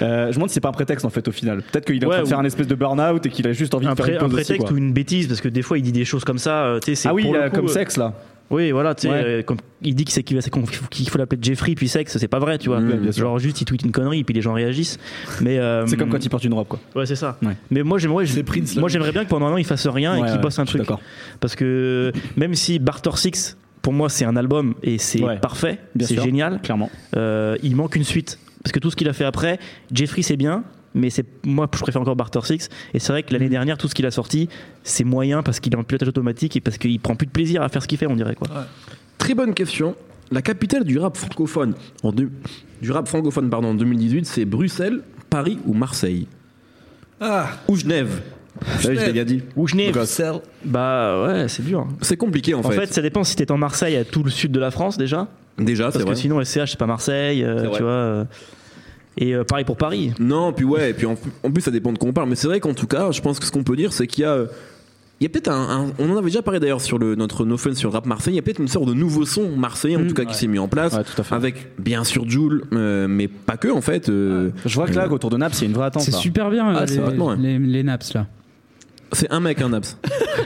C: Euh, je me demande si c'est pas un prétexte en fait au final. Peut-être qu'il est en
E: Ouais,
C: train de faire
E: ou-
C: un espèce de burn-out et qu'il a juste envie
E: un,
C: de faire
E: pré-
C: une
E: un
C: pause aussi,
E: prétexte
C: quoi.
E: ou une bêtise, parce que des fois, il dit des choses comme ça. euh, tu sais, c'est
C: Ah oui,
E: pour
C: il
E: le
C: a
E: coup,
C: comme
E: euh,
C: sexe là.
E: Oui, voilà, tu sais,
C: Ouais.
E: euh, comme il dit que c'est qu'il va- c'est qu'on- qu'il faut l'appeler Jeffrey puis sexe, c'est pas vrai, tu vois.
C: Ouais, Mmh, bien sûr.
E: Genre juste il tweet une connerie et puis les gens réagissent. Mais euh,
C: C'est comme quand il porte une robe quoi.
E: ouais, c'est ça.
C: Ouais.
E: Mais moi j'aimerais,
D: C'est Prince, là.
E: moi j'aimerais bien que pendant un an il fasse rien et
C: Ouais,
E: qu'il
C: ouais,
E: bosse un
C: je suis
E: truc.
C: D'accord.
E: Parce que même si Bartor Six, pour moi c'est un album et c'est
C: Ouais.
E: parfait,
C: Bien
E: c'est
C: sûr.
E: génial.
C: Clairement.
E: euh, il manque une suite parce que tout ce qu'il a fait après, Jeffrey c'est bien. Mais c'est moi je préfère encore Bartor Six et c'est vrai que l'année dernière tout ce qu'il a sorti c'est moyen parce qu'il est en pilotage automatique et parce qu'il prend plus de plaisir à faire ce qu'il fait on dirait quoi.
B: Très bonne question. La capitale du rap francophone en deux- du rap francophone pardon en 2018, c'est Bruxelles, Paris ou Marseille
D: Ah,
B: ou Genève. Ah oui, je l'ai bien dit.
E: Ou Genève.
D: Bruxelles.
E: Bah ouais, c'est dur.
B: C'est compliqué euh, en,
E: En fait,
B: fait.
E: ça dépend si t'es en Marseille à tout le sud de la France déjà.
B: Déjà, c'est
E: Parce que
B: vrai.
E: sinon, SCH, c'est pas Marseille, euh,
B: C'est vrai.
E: tu vois. euh, et euh, pareil pour Paris.
B: Non, puis ouais, et puis en, en plus ça dépend de quoi on parle, mais c'est vrai qu'en tout cas, je pense que ce qu'on peut dire, c'est qu'il y a, euh, il y a peut-être un, un- on en avait déjà parlé d'ailleurs sur le, notre No Fun sur le rap Marseille, il y a peut-être une sorte de nouveau son marseillais en tout cas qui s'est mis en place,
C: Mm. Ouais, tout à fait.
B: avec bien sûr Joule, euh, mais pas que en fait. euh,
C: Je vois que là, autour de Naples, il y a une vraie attente.
F: C'est
C: là.
F: super bien
B: Ah,
F: euh,
B: c'est vraiment, ouais.
F: les, les, les naps là.
B: C'est un mec, un abs.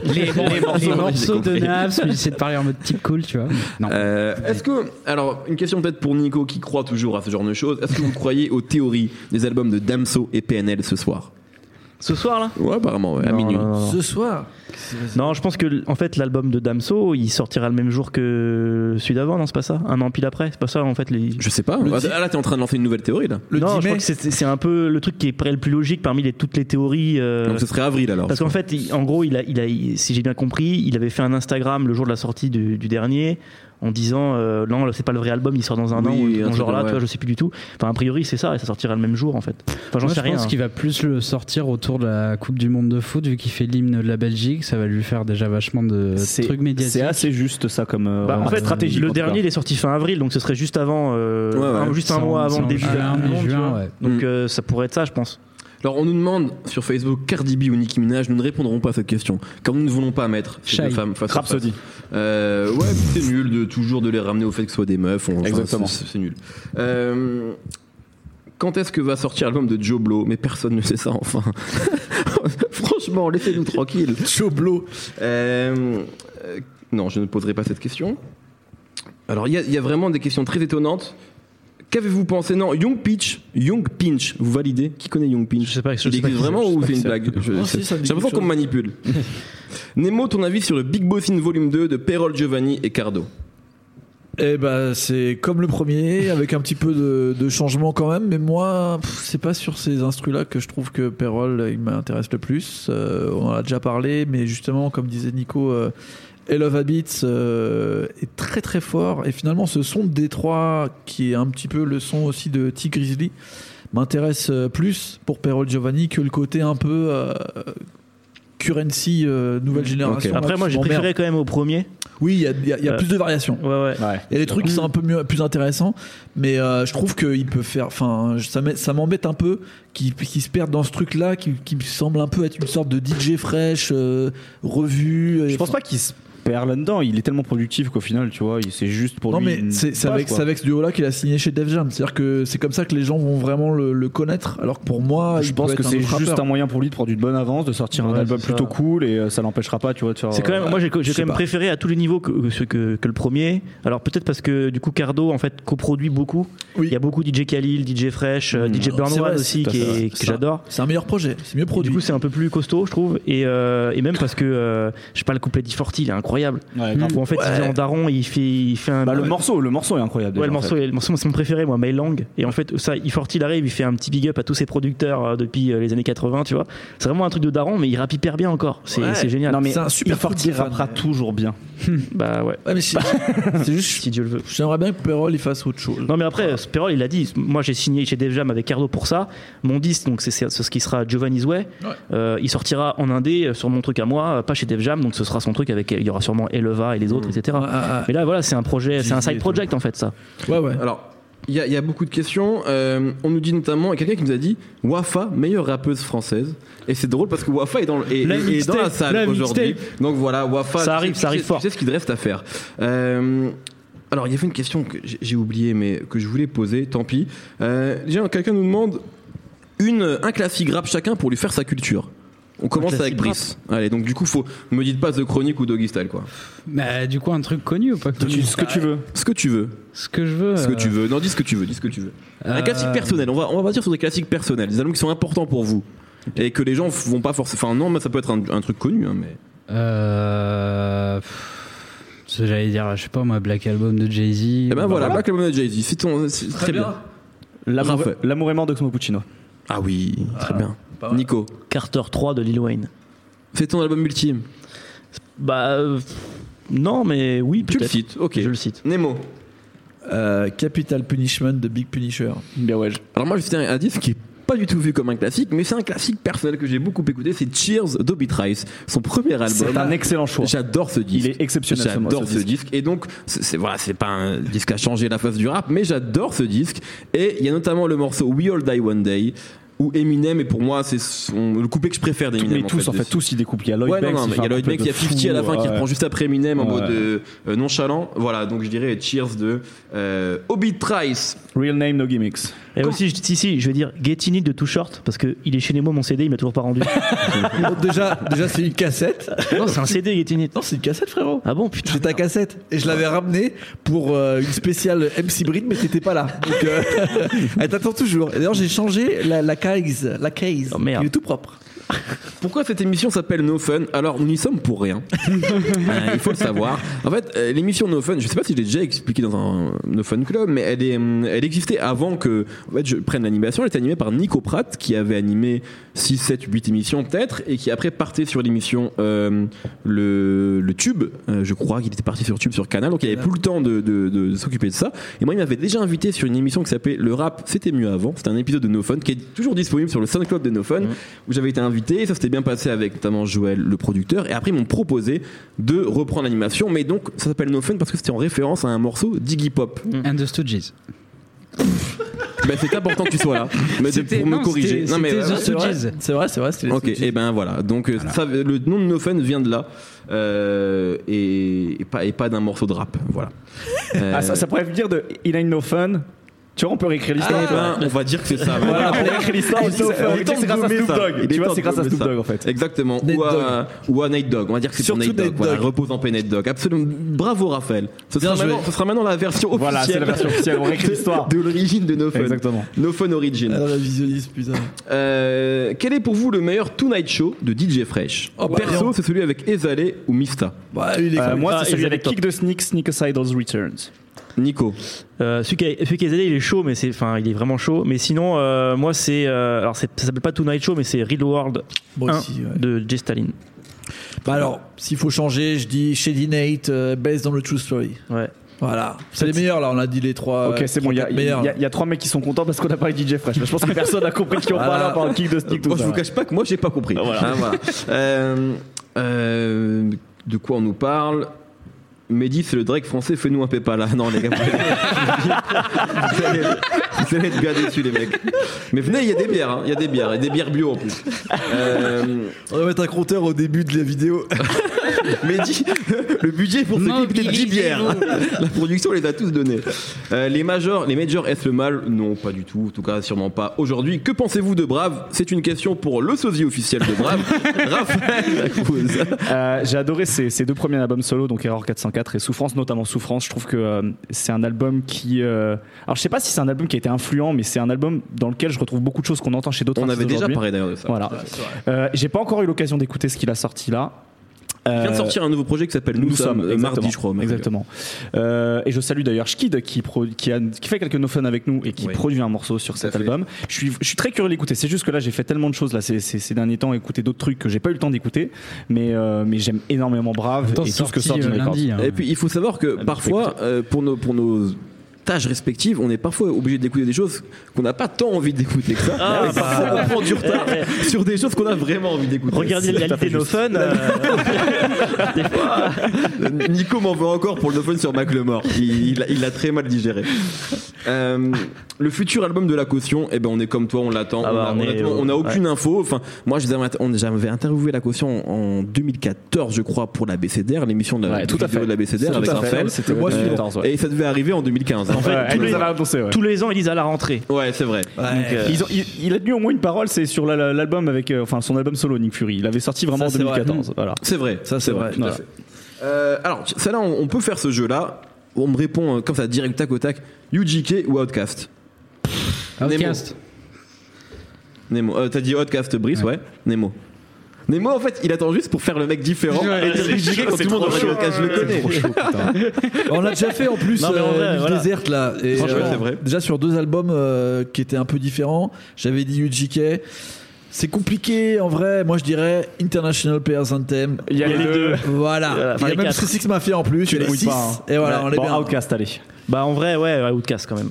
F: Les, *laughs*
B: morceaux, j'ai
F: morceaux de
B: compris.
F: naps, mais j'essaie de parler en mode type cool, tu vois. Non.
B: Euh, est-ce que, alors, une question peut-être pour Nico qui croit toujours à ce genre de choses. Est-ce que vous croyez aux théories des albums de Damso et PNL ce soir euh,
E: Ce soir, là
B: Ouais, apparemment, ouais, à
E: Non,
B: minuit.
E: non, non, non.
D: Ce soir.
E: Non, je pense que en fait l'album de Damso, il sortira le même jour que celui d'avant, non, c'est pas ça Un an pile après, c'est pas ça en fait les...
B: Je sais pas.
D: Le
B: Ah,
D: di-
B: là, t'es en train de lancer une nouvelle théorie là.
D: Le
E: non,
D: 10
E: je
D: mai.
E: crois que c'est- c'est c'est un peu le truc qui est près le plus logique parmi les, toutes les théories. euh,
B: Donc ce serait avril alors.
E: Parce qu'en fait, il- en gros, il a, il a, il- si j'ai bien compris, il avait fait un Instagram le jour de la sortie du, du dernier en disant euh, non, c'est pas le vrai album, il sort dans un
B: Oui,
E: an, ou
B: un
E: dans ce
B: truc
E: genre là,
B: comme-
E: tu vois, je sais plus du tout. Enfin, a priori, c'est ça, et ça sortira le même jour en fait. Enfin, j'en
F: Moi,
E: sais
F: je
E: rien.
F: pense
E: hein.
F: qu'il va plus le sortir autour de la Coupe du Monde de foot, vu qu'il fait l'hymne de la Belgique, ça va lui faire déjà vachement de
C: C'est-
F: trucs médiatiques.
C: C'est assez juste ça comme euh,
E: Bah, en
C: remarque
E: fait,
C: stratégique, en
E: le
C: tout cas.
E: dernier, il est sorti fin avril, donc ce serait juste avant, euh,
B: Ouais, ouais.
E: un- juste un
F: C'est en-
E: mois
F: c'est
E: avant
F: en
E: le début de la
F: juin,
E: Coupe du Monde, tu
F: juin,
E: vois.
F: ouais.
E: Donc
B: Mm.
E: euh, ça pourrait être ça, je pense.
B: Alors on nous demande sur Facebook Cardi B ou Nicki Minaj, nous ne répondrons pas à cette question, car nous ne voulons pas mettre ces
F: Shy.
B: deux femmes face à face.
C: Rhapsody.
B: Euh, ouais, puis c'est nul de toujours de les ramener au fait que ce soit des meufs. on- enfin,
C: Exactement.
B: c'est- C'est nul. Euh, quand est-ce que va sortir l'album de Joe Blow Mais personne ne sait ça, enfin. *laughs* Franchement, laissez-nous tranquille. Joe Blow. Euh, euh, non, je ne poserai pas cette question. Alors, il y, a- il y a vraiment des questions très étonnantes. Qu'avez-vous pensé Non, Young Pinch, Young Pinch, vous validez Qui connaît Young Pinch
E: Je sais pas, je sais
B: Il
E: pas
B: existe
E: qui
B: vraiment
E: c'est, je
B: ou
E: sais
B: c'est
E: pas
B: une
E: qui
B: blague Je-
D: Ah,
B: c'est-
D: si, ça me dit
B: J'ai l'impression
D: quelque
B: qu'on me
D: *laughs*
B: manipule. Nemo, ton avis sur le Big Boss in Volume 2 de Perol Giovanni et Cardo
D: Eh ben, c'est comme le premier, avec un petit peu de, de changement quand même. Mais moi, pff, c'est pas sur ces instrus-là que je trouve que Perol, il m'intéresse le plus. Euh, on en a déjà parlé, mais justement, comme disait Nico, euh, Hell of Habits euh, est très très fort. Et finalement, ce son de Détroit, qui est un petit peu le son aussi de T. Grizzly, m'intéresse euh, plus pour Perol Giovanni que le côté un peu euh, currency euh, nouvelle génération.
E: c'est. Après, moi, j'ai
D: Absolument
E: préféré
D: merde.
E: quand même au premier.
D: Oui, il y a, il y a- il y a
E: Euh,
D: plus de variations.
E: Ouais, ouais.
C: Ouais.
D: Il y a des trucs qui sont un peu mieux, plus intéressants, mais euh, je trouve qu'il peut faire. Enfin, je- ça m'é- ça m'embête un peu qu'il qu'il se perde dans ce truc-là, qui, qui me semble un peu être une sorte de DJ fraîche, euh, revue.
C: Je pense pas qu'il se perd là-dedans. Il est tellement productif qu'au final, tu vois, il- c'est juste pour
D: Non,
C: lui.
D: mais
C: une
D: c'est c'est
C: base,
D: avec,
C: quoi.
D: c'est avec ce duo-là qu'il a signé chez Def Jam. C'est-à-dire que c'est comme ça que les gens vont vraiment le, le connaître. Alors que pour moi,
C: Je
D: il
C: pense
D: peut
C: que
D: être un
C: c'est
D: autre
C: juste un
D: rappeur.
C: moyen pour lui de prendre une bonne avance, de sortir un
E: Ouais,
C: album
E: c'est
C: plutôt
E: ça.
C: cool et euh, ça l'empêchera pas, tu vois, de faire. euh,
E: C'est quand même, moi j'ai j'ai
C: je sais
E: quand même
C: pas.
E: préféré à tous les niveaux que, que, que- que le premier. Alors peut-être parce que du coup Cardo en fait coproduit beaucoup.
D: Oui.
E: Il y a beaucoup DJ Khalil, DJ Fresh, euh,
C: Mmh.
E: DJ
D: C'est
E: Burn
D: vrai,
E: One
D: c'est
E: aussi
C: tout à
E: qui
C: fait,
E: est-
C: ouais.
E: que j'adore.
D: C'est un meilleur projet, c'est mieux
E: Et Du
D: produit.
E: coup c'est un peu plus costaud je trouve. Et, euh, et même parce que euh, je sais pas le couplet d'Iforti il est incroyable.
C: Ouais,
E: Où en fait il vient en daron, il fait, il fait un.
C: Bah, le morceau, le morceau est incroyable.
E: Ouais,
C: déjà,
E: le
C: en
E: morceau,
C: fait.
E: est- le morceau, moi, c'est mon préféré, moi, My Lang. Et en fait, ça, Iforti, il arrive, il fait un petit big up à tous ses producteurs euh, depuis euh, les années 80, tu vois. C'est vraiment un truc de daron, mais il rappe hyper bien encore. C'est
D: Ouais.
E: c'est génial.
C: Non mais
D: C'est un super
C: il sorti-
D: foot de fan.
C: rappera toujours bien.
E: Bah ouais,
D: Ouais, mais c'est c'est juste.
E: si Dieu le veut.
D: J'aimerais bien que Perol il fasse autre chose.
E: Non mais après, euh, Sperol il a dit, moi j'ai signé chez Def Jam avec Cardo pour ça, mon 10 donc c'est c'est- c'est ce qui sera Giovanni's Way,
D: Ouais.
E: Euh, il sortira en indé euh, sur mon truc à moi, euh, pas chez Def Jam, donc ce sera son truc avec, il y aura sûrement Eleva et les autres, etc.
D: Ah, ah,
E: Mais là voilà, c'est un projet, c'est un
D: Disney et
E: side project en fait ça.
D: ah. Ouais, ouais.
B: Alors, il y, a- il y a beaucoup de questions. Euh, on nous dit notamment, il y a quelqu'un qui nous a dit Wafa, meilleure rappeuse française. Et c'est drôle parce que Wafa est dans, le- est-
F: La
B: est- est dans la
F: mixtape, la
B: salle aujourd'hui. Donc voilà, Wafa.
E: Ça
B: tu sais-
E: arrive,
B: tu
E: ça arrive
B: sais-
E: fort.
B: Tu sais ce qu'il te reste à faire. Euh, alors, il y avait une question que j'ai j'ai oubliée, mais que je voulais poser, tant pis. Euh, déjà, quelqu'un nous demande une, un classique rap chacun pour lui faire sa culture. On commence avec
E: classique
B: Brice. Allez, donc du coup, faut me dites pas The Chronique ou Doggy Style, quoi.
F: Bah, du coup, un truc connu ou pas connu
C: ce que tu veux.
B: Ce que tu veux,
F: Ce que je veux.
B: ce que tu
F: euh,
B: veux. Non, dis ce que tu veux, dis ce que tu veux. Un
F: euh,
B: classique personnel, on va, on va partir sur des classiques personnels, des albums qui sont importants pour vous. Et que les gens f- vont pas forcément. Enfin, non, mais ça peut être un, un truc connu, hein, mais.
F: Euh. pff, ce que J'allais dire, je sais pas moi, Black Album de Jay-Z.
B: Eh ben
F: Bah,
B: voilà, Black Album de Jay-Z, c'est ton- c'est très bien.
C: L'amour
B: Raphaël.
C: l'amour est mort d'Oxmo Puccino.
B: Ah oui, très bien.
D: pas mal.
B: Nico,
E: Carter 3 de Lil Wayne.
B: c'est ton album ultime.
E: Bah euh, non mais oui
B: Tu le
E: peut-être.
B: cites, ok.
E: Je le cite.
B: Nemo.
D: Euh, Capital Punishment de Big Punisher.
C: Bien ouais.
B: Alors moi, je tiens un disque qui est pas du tout vu comme un classique, mais c'est un classique personnel que j'ai beaucoup écouté, c'est Cheers d'Obi Trice, son premier
C: C'est un
B: album.
C: excellent choix.
B: J'adore ce disque.
C: Il est exceptionnel. ce-
B: J'adore
C: ce
B: ce, disque. Et donc, c'est c'est- voilà, c'est pas un disque à changer la face du rap, mais j'adore ce disque. Et il y a notamment le morceau We All Die One Day, où Eminem, et pour moi, c'est son- le coupé que je préfère d'Eminem.
C: Mais tous en fait,
B: dessus.
C: tous ils découpent. Il y a Lloyd
B: Ouais, non,
C: Banks,
B: non, mais
C: fait
B: il y a
C: un
B: Lloyd
C: couple
B: Banks, il y a
C: de euh,
B: 50 à la
C: fous,
B: fin qui
C: ouais.
B: reprend juste après Eminem en
C: Ouais.
B: mode euh, euh, nonchalant. Voilà, donc je dirais Cheers de euh, Obi Trice.
C: Real name, no gimmicks.
E: Et aussi je- si si je vais dire Get In It de Too Short parce que il est chez Nemo mon CD il m'a toujours pas rendu.
C: *laughs*
D: Bon, déjà, déjà c'est une cassette.
E: non c'est un CD Get In It.
D: Non, c'est une cassette, frérot.
E: Ah bon putain.
D: C'est ta cassette. Et je l'avais ramenée pour euh, une spéciale MC Bride, mais t'étais pas là. Donc,
C: *laughs*
D: euh, elle t'attend toujours. Et D'ailleurs, j'ai changé la, la case. La case.
E: Oh, merde.
D: Il est tout propre.
B: Pourquoi cette émission s'appelle No Fun Alors, nous n'y sommes pour rien. Euh, il faut le savoir. En fait, euh, l'émission No Fun, je sais pas si je l'ai déjà expliqué dans un No Fun Club, mais elle, est, hum, elle existait avant que en fait, je prenne l'animation. Elle était animée par Nico Pratt, qui avait animé 6, 7, 8 émissions peut-être, et qui après partait sur l'émission euh, le, le Tube. Euh, je crois qu'il était parti sur Tube, sur Canal, donc il avait plus le temps de, de- de- de s'occuper de ça. Et moi, il m'avait déjà invité sur une émission qui s'appelait Le Rap, c'était mieux avant. C'était un épisode de No Fun qui est toujours disponible sur le SoundCloud de No Fun
F: Mhm.
B: où j'avais été invité, ça s'était bien passé avec notamment Joël, le producteur, et après ils m'ont proposé de reprendre l'animation, mais donc ça s'appelle No Fun parce que c'était en référence à un morceau d'Iggy Pop.
F: And the Stooges.
B: *laughs* ben, c'est important que tu sois là, mais de-
F: C'était-
B: pour
F: non,
B: me corriger.
F: c'était- c'était
C: Ah,
B: ouais,
F: The
B: ouais.
D: C'est vrai,
F: Stooges.
D: c'est vrai, c'est vrai. c'était les
B: Ok,
D: Stooges.
B: et ben voilà. Donc euh, ça, le nom de No Fun vient de là euh, et, et pas, et pas d'un morceau de rap.
F: *laughs*
B: Voilà. Euh,
C: Ah, ça, ça pourrait venir de Il ain't no fun. Tu vois, on peut réécrire l'histoire.
B: eh ben, on va dire que c'est ça.
C: Ah. Voilà, on réécrit l'histoire. on dit
B: *laughs*
C: que
B: Il est
C: C'est on dit que
B: temps
C: c'est
B: de
C: grâce à
B: gommer
C: Snoop
B: ça.
C: Dogg.
B: Il est
C: Tu
B: temps
C: vois,
B: de
C: c'est grâce à
B: gommer
C: Snoop
B: ça.
C: Dogg en fait.
B: Exactement.
D: Nate
B: Ou à, ou à Nate Dog. On va dire que c'est pour
D: Surtout
B: Nate Dog.
D: Nate
B: Voilà,
D: Dogg.
B: repose en paix Nate Dog. Absolument. Bravo Raphaël. Ce sera,
D: Bien joué.
B: maintenant, ce sera maintenant la version
C: Voilà, c'est
B: officielle
C: la version officielle. On réécrit l'histoire.
B: de l'origine de No Fun.
C: Exactement.
B: No Fun Origin.
D: Ah, la visionniste, putain.
B: Euh, quel est pour vous le meilleur Tonight Show de DJ Fresh
D: Oh, bah,
B: Perso,
D: non.
B: c'est celui avec Ezalé ou Mista.
D: Bah, lui, il est
C: Euh,
D: cool.
C: moi,
E: Ah,
C: c'est celui
E: et
C: avec
E: Jack
C: Kick the Sneak, Sneak Idols Returns.
B: Nico.
E: Euh, celui qui a- celui qui est allé, il est chaud, mais c'est, enfin, il est vraiment chaud. Mais sinon, euh, moi, c'est, euh, alors, c'est- ça s'appelle pas Tonight Show, mais c'est Real World
D: Moi
E: 1
D: aussi, ouais.
E: de Jay Stalin.
D: Bah alors, s'il faut changer, je dis Shady Nate, euh, based on the true story.
E: Ouais.
D: Voilà. C'est les meilleurs, là. On a dit les trois.
C: ok, c'est bon. Il y, a- il y
D: meilleurs.
C: a- il y a trois mecs qui sont contents parce qu'on a parlé de DJ Fresh. Je pense que personne n'a compris de qui on
D: Voilà.
C: parle en parlant de Kick the Sneak. tout
B: Moi, je
C: ça.
B: vous cache pas que moi, j'ai pas compris. Hein, voilà. Euh, euh, de quoi on nous parle Mehdi, c'est le Drake français, fais-nous un PayPal là. Non, les gars, vous allez, *laughs* vous allez- vous allez être bien déçus, les mecs. Mais venez, il y a des bières, hein, il y a des bières, et des bières bio en plus. Euh,
D: On va mettre un compteur au début de la vidéo.
B: *laughs* Mais dis, le budget pour ce clip était de 10 bières. *laughs* La production les a tous donnés. Euh, les majors, les majors, est-ce le mal Non, pas du tout. En tout cas, sûrement pas aujourd'hui. Que pensez-vous de Brave C'est une question pour le sosie officiel de *laughs* Brave, Raphaël Lacouze.
C: Euh, j'ai adoré ces, ces deux premiers albums solo, donc Error 404 et Souffrance, notamment Souffrance. Je trouve que euh, c'est un album qui. euh, Alors, je sais pas si c'est un album qui a été influent, mais c'est un album dans lequel je retrouve beaucoup de choses qu'on entend chez d'autres
B: On
C: artistes
B: avait déjà
C: aujourd'hui.
B: parlé d'ailleurs de ça.
C: Voilà. Euh, j'ai pas encore eu l'occasion d'écouter ce qu'il a sorti là.
B: Il vient de
C: Euh,
B: sortir un nouveau projet qui s'appelle Nous, sommes, euh,
C: exactement.
B: mardi, je crois. au Mac.
C: Exactement. Euh, et je salue d'ailleurs Schkid qui, pro- qui, a- qui fait quelques no fun avec nous et qui
B: Oui.
C: produit un morceau sur
B: Tout à
C: cet
B: fait.
C: album. Je suis, je suis très curieux de l'écouter. C'est juste que là, j'ai fait tellement de choses là, ces, ces- ces derniers temps, écouter d'autres trucs que j'ai pas eu le temps d'écouter. Mais, euh, mais j'aime énormément Brave
F: Attends,
C: et tout ce que
F: sorti,
C: sort
F: euh,
C: Jim Records.
F: lundi. hein.
B: Et puis il faut savoir que
C: bah,
B: parfois, euh, pour, nos, pour nos tâches respectives, on est parfois obligé d'écouter des choses qu'on n'a pas tant envie d'écouter que ça.
E: Ah,
B: Et parfois, on prend du
E: *laughs*
B: retard sur des choses qu'on a vraiment envie d'écouter.
E: Regardez la réalité No Fun. euh,
B: Euh, Nico m'en veut encore pour le fun sur McLemore. Il il a- il l'a très mal digéré. Euh, le futur album de la caution, eh ben on est comme toi, on l'attend.
E: Ah bah,
B: on
E: on
B: a-
E: est-
B: honnêtement, on n'a
E: ouais.
B: aucune info. Enfin, moi, je les avais- on- j'avais interviewé la caution en 2014, je crois, pour la BCDR, l'émission de la,
C: Ouais, tout à
B: vidéo
C: fait.
B: de la BCDR
C: Tout
B: avec
C: à fait.
B: Raphaël.
C: C'était
D: Le mois
B: Euh,
C: euh,
D: suivant.
C: 14, ouais.
B: Et ça devait arriver en 2015. hein.
E: En fait,
C: Ouais,
E: tous
C: elle
E: les-
C: nous avait annoncé, ouais.
E: Tous les ans, ils disent à la rentrée.
B: Ouais, c'est vrai.
E: Donc, euh,
C: Ils ont- il, il a tenu au moins une parole, c'est sur la- la- l'album avec, euh, enfin son album solo Nick Fury. Il avait sorti vraiment
D: Ça,
C: en
D: c'est vrai.
C: 2014. Voilà.
B: C'est vrai,
D: Ça, c'est vrai.
B: tout à
C: Voilà.
B: fait. Euh, alors, ça là, on, on peut faire ce jeu-là. On me répond euh, comme ça, direct tac au tac. UGK ou Outcast
F: Ah, Outcast.
B: Nemo. Euh, T'as dit Outcast Brice, ouais. Nemo. Nemo, en fait, il attend juste pour faire le mec différent et dire UGK quand tout le monde aurait dit Outcast, je le connais.
D: *laughs* On l'a déjà fait en plus,
E: Non, mais en
D: euh,
E: vrai,
D: l'île
E: voilà.
D: déserte là. Et, euh,
B: Franchement, c'est vrai.
D: Déjà sur deux albums euh, qui étaient un peu différents, j'avais dit UGK. C'est compliqué en vrai, moi je dirais International Players Anthem.
C: Il y a les deux.
E: *laughs*
D: Voilà.
E: Voilà,
D: Il y
E: enfin, les
D: a même
E: quatre.
D: 6 Mafia en plus, il y en a
C: mouilles
D: six.
C: pas, hein.
D: Et voilà, on les
C: Bon,
D: bien.
C: Outcast, allez.
E: Bah en vrai, ouais, ouais, Outcast quand même.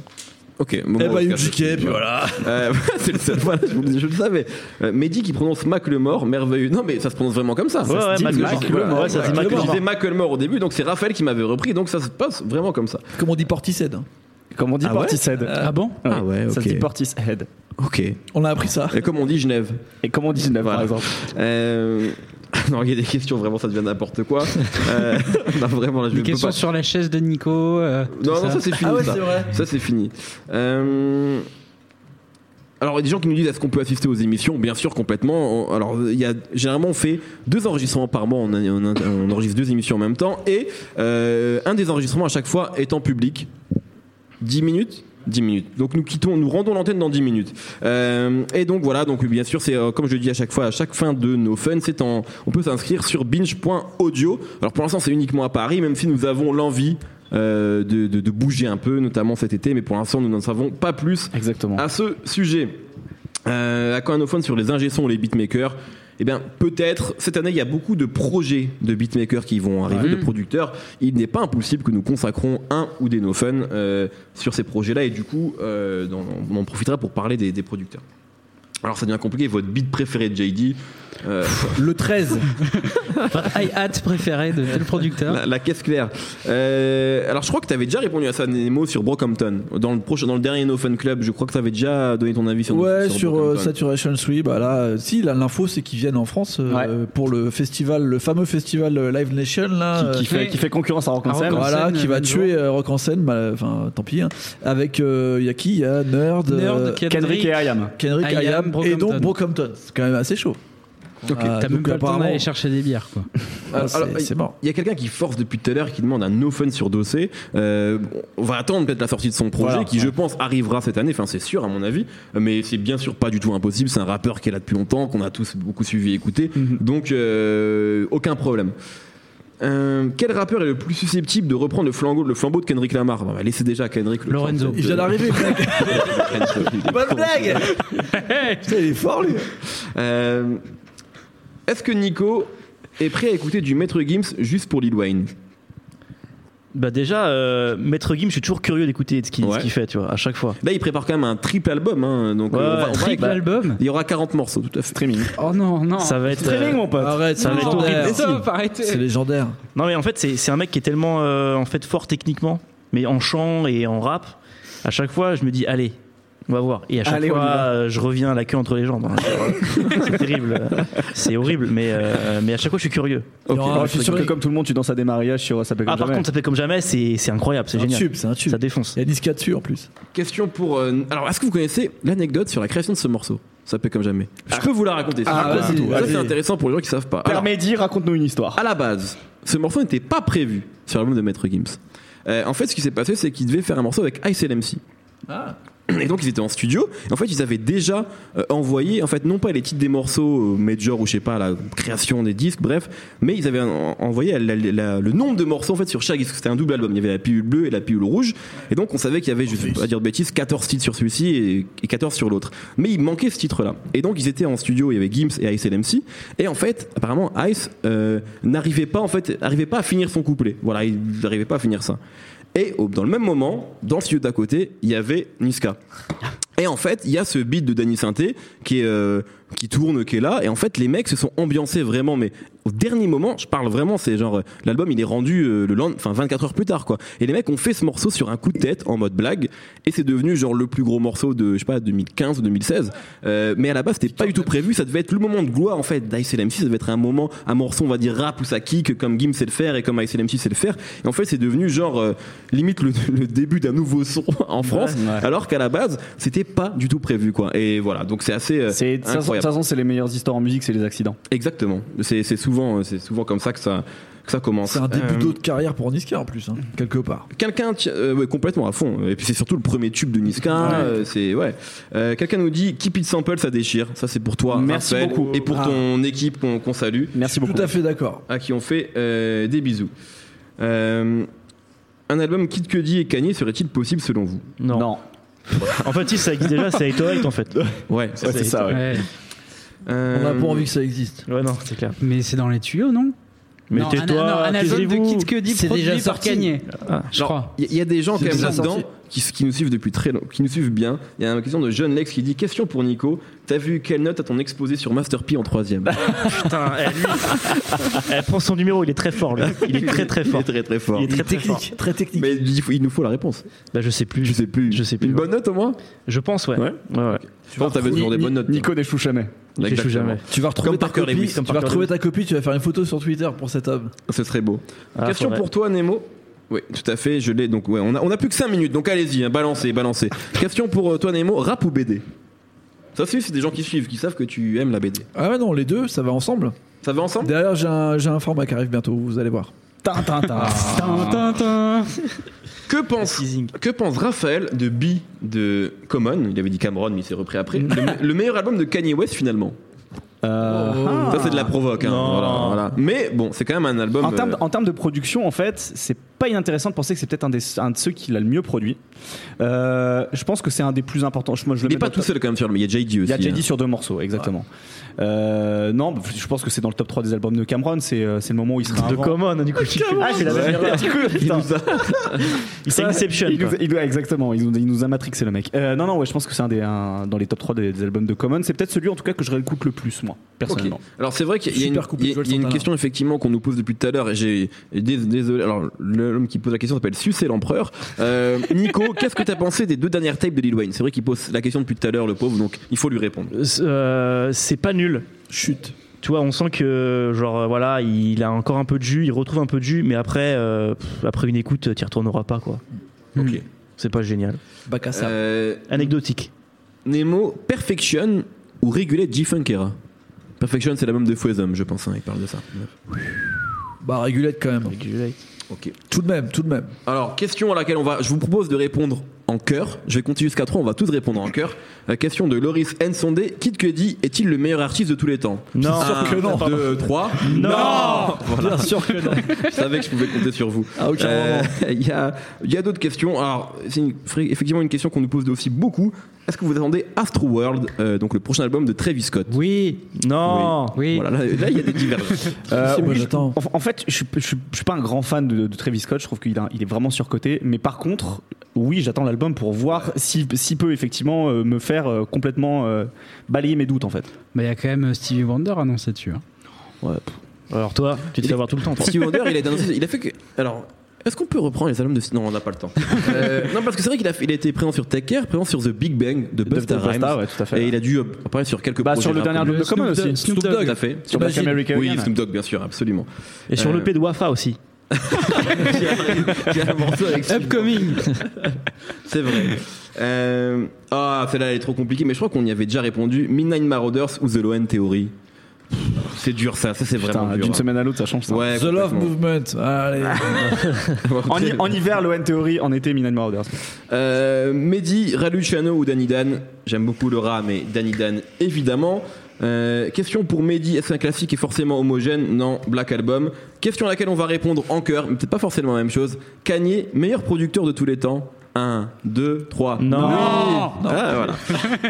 B: Ok, bon,
E: Eh
D: Et
E: ben,
B: bon,
D: bah
B: Outcast, *laughs*
D: UGK, puis voilà.
B: Euh, c'est le seul, voilà, je, vous le- je le savais. Euh, Mehdi qui prononce Macklemore, merveilleux. Non, mais ça se prononce vraiment comme ça.
E: Ouais,
B: ça
E: ouais,
B: se dit, parce que
E: Mac-
B: je- voilà,
E: ouais, ça se dit
B: Je
E: Macklemore.
B: disais Macklemore au début, donc c'est Raphaël qui m'avait repris, donc ça se passe vraiment comme ça.
D: Comme on dit Portishead. hein.
C: Comme on dit
B: Ah ouais
C: Portishead.
F: Ah bon
C: Euh,
B: Ah ouais,
C: Ça se
B: ok.
C: dit Portishead.
B: Ok. Et
D: On a appris ça.
B: comme on dit Genève.
C: Et comme on dit,
B: Voilà.
C: par exemple.
B: Euh, *laughs* Non, il y a des questions, vraiment, ça devient n'importe quoi. Euh, *laughs* non, vraiment, là, je
F: Des
B: peux
F: questions
B: pas.
F: sur la chaise de Nico. euh,
B: Non, non,
F: tout ça.
B: ça c'est fini.
D: Ah ouais,
B: ça.
D: c'est vrai.
B: Ça, c'est fini. Euh, Alors, il y a des gens qui nous disent est-ce qu'on peut assister aux émissions Bien sûr, complètement. On- Alors, il y a, généralement, on fait deux enregistrements par mois. On, a- on a- on enregistre deux émissions en même temps. Et euh, un des enregistrements à chaque fois est en public. 10 minutes 10 minutes. Donc nous quittons, nous rendons l'antenne dans 10 minutes. Euh, et donc voilà, donc bien sûr, c'est euh, comme je le dis à chaque fois, à chaque fin de nos fun, c'est en, on peut s'inscrire sur binge.audio. Alors pour l'instant, c'est uniquement à Paris, même si nous avons l'envie euh, de, de- de bouger un peu, notamment cet été, mais pour l'instant, nous n'en savons pas plus
C: Exactement.
B: à ce sujet. Euh, à quand un no Fun sur les ingé-sons ou les beatmakers eh bien, peut-être, cette année, il y a beaucoup de projets de beatmakers qui vont arriver, de producteurs. Il n'est pas impossible que nous consacrons un ou des no fun euh, sur ces projets-là, et du coup, euh, dans- on en profitera pour parler des, des producteurs. Alors, ça devient compliqué, votre beat préféré de JD, euh,
D: Le
F: *laughs*
D: 13.
F: Votre hi-hat préféré de tel producteur.
B: la, la caisse claire. Euh, alors, je crois que tu avais déjà répondu à ça, Nemo, sur Brockhampton. Dans le, prochain, dans le dernier No Fun Club, je crois que tu avais déjà donné ton avis sur
D: Ouais, sur, euh,
B: Brockhampton.
D: Saturation Sweep, bah là, euh, si, là, l'info, c'est qu'ils viennent en France euh, pour le festival, le fameux festival euh, Live Nation, là.
C: Qui, qui
D: euh,
C: fait,
F: oui.
C: qui fait concurrence à Rock
F: À
C: en Seine.
F: Rock en
D: voilà,
F: scène,
D: qui va
F: même
D: tuer
F: jour.
D: euh, Rock en scène, bah, enfin, tant pis. hein. avec, euh, il y a qui Il y a Nerd, euh,
F: Nerd,
C: Kendrick et
F: Kendrick.
C: Ayam.
D: Kendrick,
F: I am
D: Ayam, et
F: Brockhampton.
D: donc Brockhampton. C'est quand même assez chaud.
F: Ok,
D: Ah,
F: T'as
D: donc,
F: même pas le temps
D: apparemment-
F: d'aller chercher des bières quoi.
D: Ah,
B: Alors,
D: c'est-
B: alors,
D: c'est mort.
B: Il y a quelqu'un qui force depuis tout à l'heure, qui demande un no fun sur Dossé. Euh, on va attendre peut-être la sortie de son projet,
C: Voilà.
B: qui je pense arrivera cette année, enfin c'est sûr à mon avis, mais c'est bien sûr pas du tout impossible. C'est un rappeur qui est là depuis longtemps, qu'on a tous beaucoup suivi et écouté,
D: Mhm.
B: donc euh, aucun problème. Euh, quel rappeur est le plus susceptible de reprendre le flambeau, le flambeau de Kendrick Lamar Bon, bah, Laissez déjà à Kendrick le
F: Lorenzo.
B: flambeau de-
D: Il vient d'arriver,
B: *laughs*
D: mec. Bonne blague Putain, Il est fort, lui.
B: Euh, Est-ce que Nico est prêt à écouter du Maître Gims juste pour Lil Wayne
E: Bah déjà, euh, Maître Gim, je suis toujours curieux d'écouter ce qu'il ce
B: Ouais.
E: qu'il fait, tu vois, à chaque fois.
B: Là, il prépare quand même un triple album, hein, donc
E: Ouais,
B: euh, on va- on va
E: triple
F: Triple
B: écouter-
F: album
B: Il y aura 40 morceaux, tout à fait. Streaming.
F: Oh non, non.
E: Ça va être. euh,
C: Streaming, mon pote.
D: Arrête, c'est
E: Ça va être
D: légendaire.
E: horrible.
F: Stop,
D: C'est
F: arrêtez.
D: légendaire.
E: Non mais en fait c'est c'est un mec qui est tellement euh, en fait fort techniquement, mais en chant et en rap, à chaque fois je me dis allez, On va voir. Et à chaque
C: Allez, on y
E: fois,
C: va.
E: euh, je reviens à la queue entre les jambes. hein.
C: *laughs*
E: c'est terrible. C'est horrible, mais, euh, mais à chaque fois, je suis curieux.
D: Il y aura
C: Ok.
D: un
C: Ouais, je suis sûr que
D: truc.
C: comme tout le monde, tu danses à des mariages sur ça peut
E: Ah,
C: comme
E: par
C: jamais.
E: contre, ça fait comme jamais, c'est c'est incroyable, c'est
D: C'est un
E: génial.
D: tube, c'est un tube.
E: Ça défonce.
D: Il y a Niska dessus en plus.
B: Question pour. euh, alors, est-ce que vous connaissez l'anecdote sur la création de ce morceau Ça peut comme jamais. Je peux vous la raconter.
D: Ah,
B: c'est-
D: vas-y,
B: ça,
D: vas-y.
B: c'est intéressant pour les gens qui savent pas. Alors,
C: Permédi, raconte-nous une histoire.
B: à la base, ce morceau n'était pas prévu sur l'album de Maître Gims. Euh, en fait, ce qui s'est passé, c'est qu'ils devaient faire un morceau avec Ice LMC. Et donc ils étaient en studio. Et en fait, ils avaient déjà euh, envoyé, en fait, non pas les titres des morceaux euh, major ou je sais pas la création des disques, bref, mais ils avaient en- envoyé la- la- la- le nombre de morceaux en fait sur chaque disque. C'était un double album. Il y avait la pilule bleue et la pilule rouge. Et donc on savait qu'il y avait, je vais pas dire de bêtises, 14 titres sur celui-ci et, et 14 sur l'autre. Mais il manquait ce titre-là. Et donc ils étaient en studio. Il y avait Gims et Ice LMC. Et en fait, apparemment, Ice euh, n'arrivait pas en fait, n'arrivait pas à finir son couplet. Voilà, il n'arrivait pas à finir ça. Et au- dans le même moment, dans le studio d'à côté, il y avait Niska. Et en fait, il y a ce beat de Danny Sainté qui, est, euh, qui tourne, qui est là. Et en fait, les mecs se sont ambiancés vraiment, mais au dernier moment, je parle vraiment, c'est genre, euh, l'album, il est rendu euh, le lendemain, enfin 24 heures plus tard, quoi. Et les mecs ont fait ce morceau sur un coup de tête en mode blague. Et c'est devenu genre le plus gros morceau de, je sais pas, 2015 ou 2016. Euh, mais à la base, c'était pas du tout prévu. Ça devait être le moment de gloire, en fait, d'ICLM6. Ça devait être un moment, un morceau, on va dire rap ou ça kick, comme Gim sait le faire et comme ICLM6 sait le faire. Et en fait, c'est devenu genre, euh, limite le, *laughs* le début d'un nouveau son en France. Alors qu'à la base, c'était pas du tout prévu, quoi. Et voilà, donc c'est assez euh,
C: C'est- De toute façon- de toute
B: incroyable.
C: façon, c'est les meilleures histoires en musique, c'est les accidents.
B: Exactement. C'est c'est souvent, euh, c'est souvent comme ça que ça, que ça commence.
D: C'est un début
B: Euh,
D: d'autre carrière pour Niska en plus, hein, quelque part.
B: Quelqu'un, tient- euh, ouais, complètement à fond. Et puis c'est surtout le premier tube de Niska. euh, c'est ouais. Euh, Quelqu'un nous dit Keep It Sample, ça déchire. Ça c'est pour toi.
C: Merci
B: Raphaël,
C: beaucoup.
B: Et pour ton équipe qu'on qu'on salue,
C: Merci beaucoup.
D: Tout à fait d'accord.
B: à qui on fait euh, des bisous. Euh, un album Kid Cudi et Kanye serait-il possible selon vous
E: Non.
C: Non,
E: En fait, si ça existe déjà, c'est Hate to Hate, en fait.
B: Ouais.
C: *laughs* Ouais, c'est ça. ouais.
F: Ouais.
B: Euh,
D: On n'a pas envie que ça existe.
E: Ouais, non, c'est clair.
F: Mais c'est dans les tuyaux, non Non,
E: Mettez-toi,
F: Ana- non, Anazone
E: taisez-vous.
F: de Kid Cudi
D: C'est
F: produit
D: déjà
F: par
D: sorti.
F: Kanye,
E: Ah.
F: je crois.
B: Il y, y a des gens quand
D: C'est
B: même
D: déjà
B: là-dedans
D: sorti.
B: qui, s- qui nous suivent depuis très longtemps, qui nous suivent bien. Il y a une question de Jeune Lex qui dit Question pour Nico, t'as vu quelle note a ton exposé sur Master P en troisième
E: Putain, elle, lui, elle prend son numéro, il est très fort, lui. Il est très très fort.
B: Il est très très fort.
E: Il est très très fort.
D: Technique, très
B: *laughs*
D: technique.
B: Mais il, faut- il nous faut la réponse.
E: Bah, je sais plus.
B: Je sais plus.
E: Je sais plus.
B: Une bonne note au moins
E: Je pense, ouais.
B: Ouais.
E: ouais, ouais.
B: Je pense que t'avais toujours des bonnes notes.
C: Nico n'échoue jamais.
B: toi.
E: J'échoue jamais.
D: Tu vas retrouver
B: Comme
D: ta
B: Parker
D: copie.
B: Lewis,
E: comme
D: tu vas
E: Parker
D: retrouver ta copie. Tu vas faire une photo sur Twitter pour cet homme.
B: Ce serait beau.
E: Ah,
B: Question
E: faudrait.
B: pour toi, Nemo. Oui, tout à fait, je l'ai. Donc, ouais, on a, on a plus que 5 minutes, donc allez-y, hein, balancez, balancez. Question pour euh, toi, Nemo rap ou BD Ça, c'est c'est des gens qui suivent, qui savent que tu aimes la BD.
D: Ah ouais non, les deux, ça va ensemble.
B: Ça va ensemble
D: D'ailleurs, j'ai un, j'ai un format qui arrive bientôt. Vous allez voir.
F: Ah.
C: Ah.
F: Tintin.
B: Que pense,
E: Teasing.
B: que pense Raphaël de B de Common Il avait dit Cameron, mais il s'est repris après. Le, me- le meilleur album de Kanye West, finalement.
C: Euh,
B: Ça, c'est de la provoque. hein,
E: Non.
B: voilà, voilà. Mais bon, c'est quand même un album.
C: En termes,
B: euh,
C: en termes de production, en fait, c'est pas inintéressant de penser que c'est peut-être un, des- un de ceux qui l'a le mieux produit. Euh, je pense que c'est un des plus importants. Je, moi, je le
B: il n'est
C: mets
B: pas
C: dans le
B: tout
C: top-
B: seul quand même sur le. Il y a JD aussi.
C: Il y a JD
B: hein.
C: sur deux morceaux, exactement. Euh, non, je pense que c'est dans le top 3 des albums de Cameron. C'est euh, c'est le moment où il sera
E: De Common, du coup.
C: Ah, je fais la même erreur. *laughs* Putain.
E: C'est Inception.
C: Il
E: quoi.
C: nous a- il nous a- exactement, il nous, il nous a matrixé le mec. Euh, non, non, ouais, je pense que c'est un des un- dans les top 3 des, des albums de Common. C'est peut-être celui en tout cas que je réécoute le plus, moi, personnellement.
B: Ok. Alors c'est vrai qu'il y a une,
D: Super coupé
B: il
D: de
B: y a-
D: Joel
B: il y a une
D: Santana.
B: question effectivement qu'on nous pose depuis tout à l'heure et j'ai et dés- désolé alors le- l'homme qui pose la question s'appelle Sucé l'empereur.
C: *laughs*
B: Euh, Nico, qu'est-ce que t'as pensé des deux dernières tapes de Lil Wayne C'est vrai qu'il pose la question depuis tout à l'heure le pauvre donc il faut lui répondre.
E: Euh, c'est pas nul.
D: Chut.
E: Tu vois, on sent que, genre, euh, voilà, il a encore un peu de jus, il retrouve un peu de jus, mais après, euh, pff, après une écoute, t'y retourneras pas, quoi.
B: Ok.
E: C'est pas génial.
D: Bac à ça.
B: Euh,
E: Anecdotique.
B: Nemo, Perfection ou réguler G-Funk Era Perfection c'est l'album de Fouesome je pense hein, il parle de ça. Euh,
D: Bah régulette quand même.
B: Ok.
D: Tout de même, tout de même.
B: Alors, question à laquelle on va. Je vous propose de répondre en chœur. Je vais continuer jusqu'à 3, on va tous répondre en chœur. La question de Loris N. Sondé Kid Cudi est-il le meilleur artiste de tous les temps
E: Non.
B: Un,
E: Sûr que non.
B: Deux, trois.
E: Non
B: Voilà,
D: Bien sûr que non.
B: je savais que je pouvais compter sur vous.
D: Ah, aucun
B: Euh,
D: moment.
B: *laughs* Il y a, il y a d'autres questions. Alors, c'est une- effectivement une question qu'on nous pose aussi beaucoup. Est-ce que vous attendez Astro World, euh, donc le prochain album de Travis Scott
F: Oui,
E: Non
F: oui.
B: Voilà, là, là, il y a
A: *laughs*
B: des divergences.
C: Euh,
D: Si, moi,
C: oui,
D: j'attends.
C: je- en, en fait, je, suis- je suis- je suis pas un grand fan de, de Travis Scott. Je trouve qu'il a- il est vraiment surcoté. Mais par contre, oui, j'attends l'album pour voir si, si peut effectivement euh, me faire euh, complètement euh, balayer mes doutes, en fait.
F: Bah, il y a quand même Stevie Wonder annoncé dessus. hein.
E: Alors toi, tu te fais avoir tout le temps. toi.
B: Steve Wonder, il a, annoncé- il a fait que. Alors, Est-ce qu'on peut reprendre les albums de Non, on n'a
A: *laughs*
B: pas le temps. Euh, non, parce que c'est vrai qu'il a, fait- il a été présent sur Take Care, présent sur The Big Bang de Busta
A: Busta,
B: Rhymes.
A: ouais, tout à fait.
B: Et il a dû euh, apparaître sur quelques
A: Bah,
B: projets.
A: sur le
B: là,
A: dernier
B: un peu.
A: album de Common
D: Snoop
A: aussi.
D: Dogg- Snoop Dogg.
B: Tout à fait.
A: Sur hein. Black
D: Imagine.
A: America.
B: Oui, Snoop Dogg, bien sûr,
A: *laughs*
B: absolument.
E: Et sur
B: Euh,
E: le P de Wafa aussi.
B: Il y a un morceau avec Snoop Dogg.
F: Upcoming
B: C'est vrai. Euh, Ah, celle-là, elle est trop compliquée, mais je crois qu'on y avait déjà répondu. Midnight Marauders ou The Loan Theory. Pff, C'est dur, ça. Ça, c'est
A: Putain,
B: vraiment
A: hein.
B: dur. hein.
A: D'une semaine à l'autre, ça change ça.
B: Ouais,
D: The
B: *laughs*
D: Love
B: complètement. Ah.
D: Movement. Allez.
A: En, hi- en hiver, l'ON Theory, en été, Midnight Marauders.
B: Euh, Mehdi, Raluciano ou Danny Dan J'aime beaucoup le rat, mais Danny Dan, évidemment. Euh, question pour Mehdi, est-ce qu'un classique est forcément homogène Non, Black Album. Question à laquelle on va répondre en cœur, mais peut-être pas forcément la même chose. Kanye, meilleur producteur de tous les temps 1, 2, 3.
E: Non.
B: Ah,
E: *laughs*
B: voilà.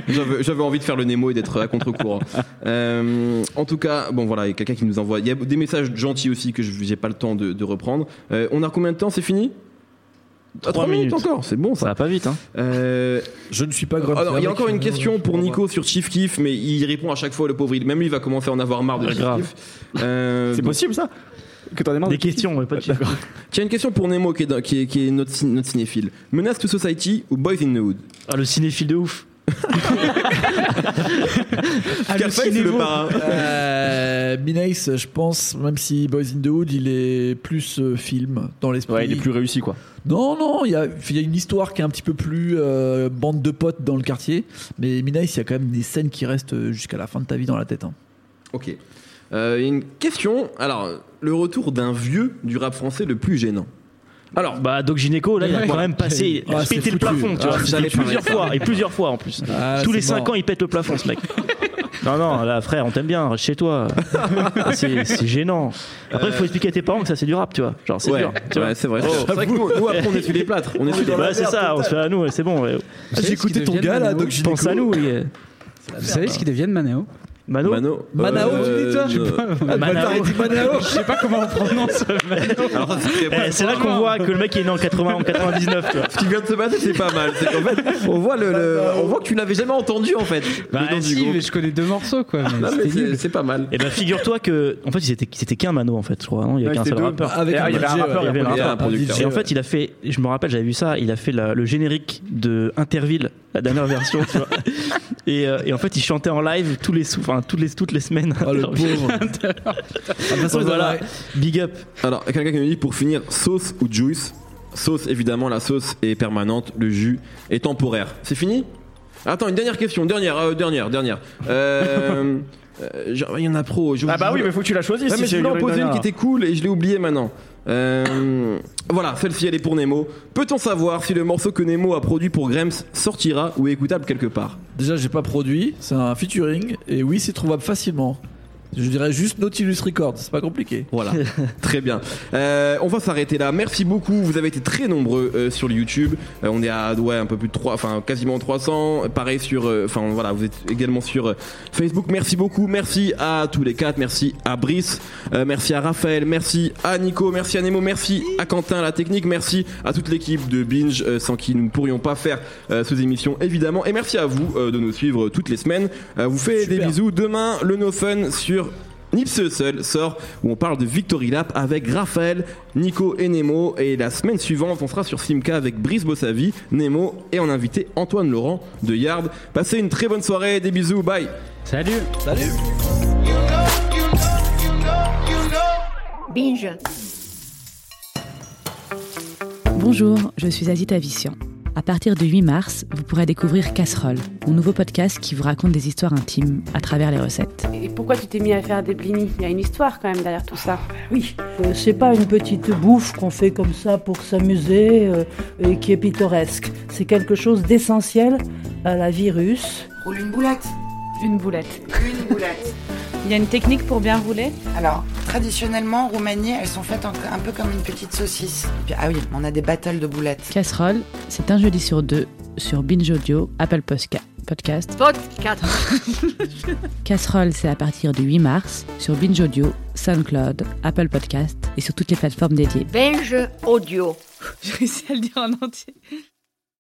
B: J'avais j'avais envie de faire le Nemo et d'être à contre-courant. Euh, en tout cas, bon voilà, il y a quelqu'un qui nous envoie. Il y a des messages gentils aussi que je n'ai pas le temps de, de reprendre. Euh, on a combien de temps C'est fini Ah,
E: Trois
B: trois minutes,
E: minutes.
B: encore, c'est bon
E: Ça
B: ça.
E: va pas vite, hein.
B: Euh,
D: Je ne suis pas
B: ah
D: grave.
B: non, il y a encore une question pour Nico sur Chief Kiff, mais il répond à chaque fois le pauvre. il- Même lui va commencer à en avoir marre de Chief
E: grave.
B: Keef. Euh,
A: C'est
B: bon.
A: possible ça Que t'en aies marre
E: Des
A: de-
E: questions, mais pas de chiffres.
B: Tiens, une question pour Nemo qui est, dans- qui est- qui est notre, cin- notre cinéphile. Menace to Society ou Boys in the Hood
E: Ah, le cinéphile de ouf.
B: Scarface ou le parrain
D: Euh, Minax, je pense, même si Boys in the Hood, il est plus euh, film dans l'esprit.
A: Ouais, il est plus réussi quoi.
D: Non, non, il y a, il y a une histoire qui est un petit peu plus euh, bande de potes dans le quartier. Mais Minax, il y a quand même des scènes qui restent jusqu'à la fin de ta vie dans la tête. hein.
B: Ok. Euh, une question. Alors, le retour d'un vieux du rap français le plus gênant. Alors,
E: Bah, Doc Gineco, là, il a
F: Ouais.
E: quand même passé, il a
D: Ah, c'est
E: pété le
D: foutu.
E: plafond,
B: Ah,
E: tu vois.
B: j'allais parler
E: plusieurs
B: de ça.
E: fois, et plusieurs fois en plus.
D: Ah,
E: Tous
D: c'est
E: les 5
D: mort.
E: ans, il pète le plafond, ce mec. *laughs* Non, non, là, frère, on t'aime bien, reste chez toi. C'est c'est gênant. Après, il faut expliquer à tes parents que ça, c'est du rap, tu vois. Genre, c'est
B: ouais,
E: dur. Tu vois.
B: ouais, c'est vrai. C'est vrai que nous, nous, après, on essuie les plâtres. On essuie les
E: Bah,
B: plâtres.
E: c'est ça, on se fait à nous, ouais, c'est bon. ouais.
D: J'ai écouté ton gars là, Doc Gineco.
E: Pense à nous, oui.
F: Vous savez ce qu'ils deviennent Manéo
E: Mano,
B: Mano.
F: Bah,
D: Manao, tu dis, toi
B: non.
E: Manao.
D: Bâtard, il dit Manao.
F: Je sais pas comment on prononce.
B: Alors, ça, *laughs* c'est-
E: Eh, c'est là qu'on voit que le mec est né en 80, en 99, tu vois.
B: Ce qui vient de se passer, c'est pas mal. C'est qu'en fait, on voit, le, le- on voit que tu l'avais jamais entendu, en fait. le
F: Bah,
B: nom du
F: si,
B: groupe.
F: mais je connais deux morceaux quoi. mais
B: Non, mais
F: c'était
B: c'est-
F: nul.
B: c'est pas mal.
E: Et ben figure-toi que, en fait, c'était c'était qu'un Mano, en fait, je crois. non il y a
A: Ouais,
E: qu'un
A: c'était
E: seul
A: deux.
E: rappeur.
D: Avec
A: Et
D: un
A: il y avait un
D: budget, euh,
A: rappeur,
D: ouais.
E: il y avait un
B: Il y a un producteur.
E: Et en fait, il a fait, je me rappelle, j'avais vu ça, il a fait la- le générique de Interville, la dernière version,
B: *laughs*
E: tu vois. Et, euh, et en fait, il chantait en live tous les, sou- enfin, toutes, les, toutes les semaines.
B: Oh,
E: *laughs*
D: Ah, le pauvre. Ah,
B: bah,
D: de toute façon,
E: Donc
D: ils en
E: voilà,
D: avaient-
E: big up.
B: Alors, quelqu'un qui nous dit pour finir, sauce ou juice Sauce, évidemment, la sauce est permanente, le jus est temporaire. C'est fini Attends, une dernière question, dernière, euh, dernière, dernière. *laughs* Euh, euh, genre, il y en a pro. je-
A: Ah bah
B: je-
A: oui, mais faut que tu la choisisses.
B: Ouais,
A: si
B: mais je
A: c'est
B: voulais en
A: Yuri
B: poser une
A: Dana.
B: qui était cool et je l'ai oubliée maintenant. Euh, voilà, celle-ci elle est pour Nemo. Peut-on savoir si le morceau que Nemo a produit pour Grems sortira ou est écoutable quelque part
D: Déjà, j'ai pas produit, c'est un featuring, et oui, c'est trouvable facilement. Je dirais juste Nautilus Records, c'est pas compliqué.
B: Voilà, *laughs* très bien. Euh, on va s'arrêter là. Merci beaucoup. Vous avez été très nombreux euh, sur le YouTube. Euh, on est à ouais, un peu plus de 3, enfin quasiment 300. Pareil sur, euh, enfin voilà, vous êtes également sur euh, Facebook. Merci beaucoup. Merci à tous les quatre. Merci à Brice. Euh, merci à Raphaël. Merci à Nico. Merci à Nemo. Merci à Quentin, la technique. Merci à toute l'équipe de Binge, euh, sans qui nous ne pourrions pas faire euh, ces émissions évidemment. Et merci à vous euh, de nous suivre toutes les semaines. Euh, vous faites des
D: Super.
B: bisous. Demain, le No Fun sur Nips Seul sort où on parle de Victory Lap avec Raphaël, Nico et Nemo. Et la semaine suivante, on sera sur Simca avec Brice Bossavi, Nemo et en invité Antoine Laurent de Yard. Passez une très bonne soirée, des bisous, bye
F: Salut
D: Salut!
G: Binge.
H: Bonjour, je suis Azita Vissian. À partir du 8 mars, vous pourrez découvrir Casserole, mon nouveau podcast qui vous raconte des histoires intimes à travers les recettes.
I: Et pourquoi tu t'es mis à faire des blinis Il y a une histoire quand même derrière tout ça.
J: Oui, euh, c'est pas une petite bouffe qu'on fait comme ça pour s'amuser euh, et qui est pittoresque. C'est quelque chose d'essentiel à la vie russe.
G: Roule une boulette.
I: Une boulette.
G: Une boulette.
I: *laughs* Il y a une technique pour bien rouler
G: Alors, traditionnellement, en Roumanie, elles sont faites en- un peu comme une petite saucisse. Et puis, ah oui, on a des battles de boulettes.
H: Casserole, c'est un jeudi sur deux sur Binge Audio, Apple Posca- Podcast.
I: Vote 4
H: *laughs* Casserole, c'est à partir du 8 mars sur Binge Audio, SoundCloud, Apple Podcast et sur toutes les plateformes dédiées.
I: Binge audio.
H: Je réussis à le dire en entier.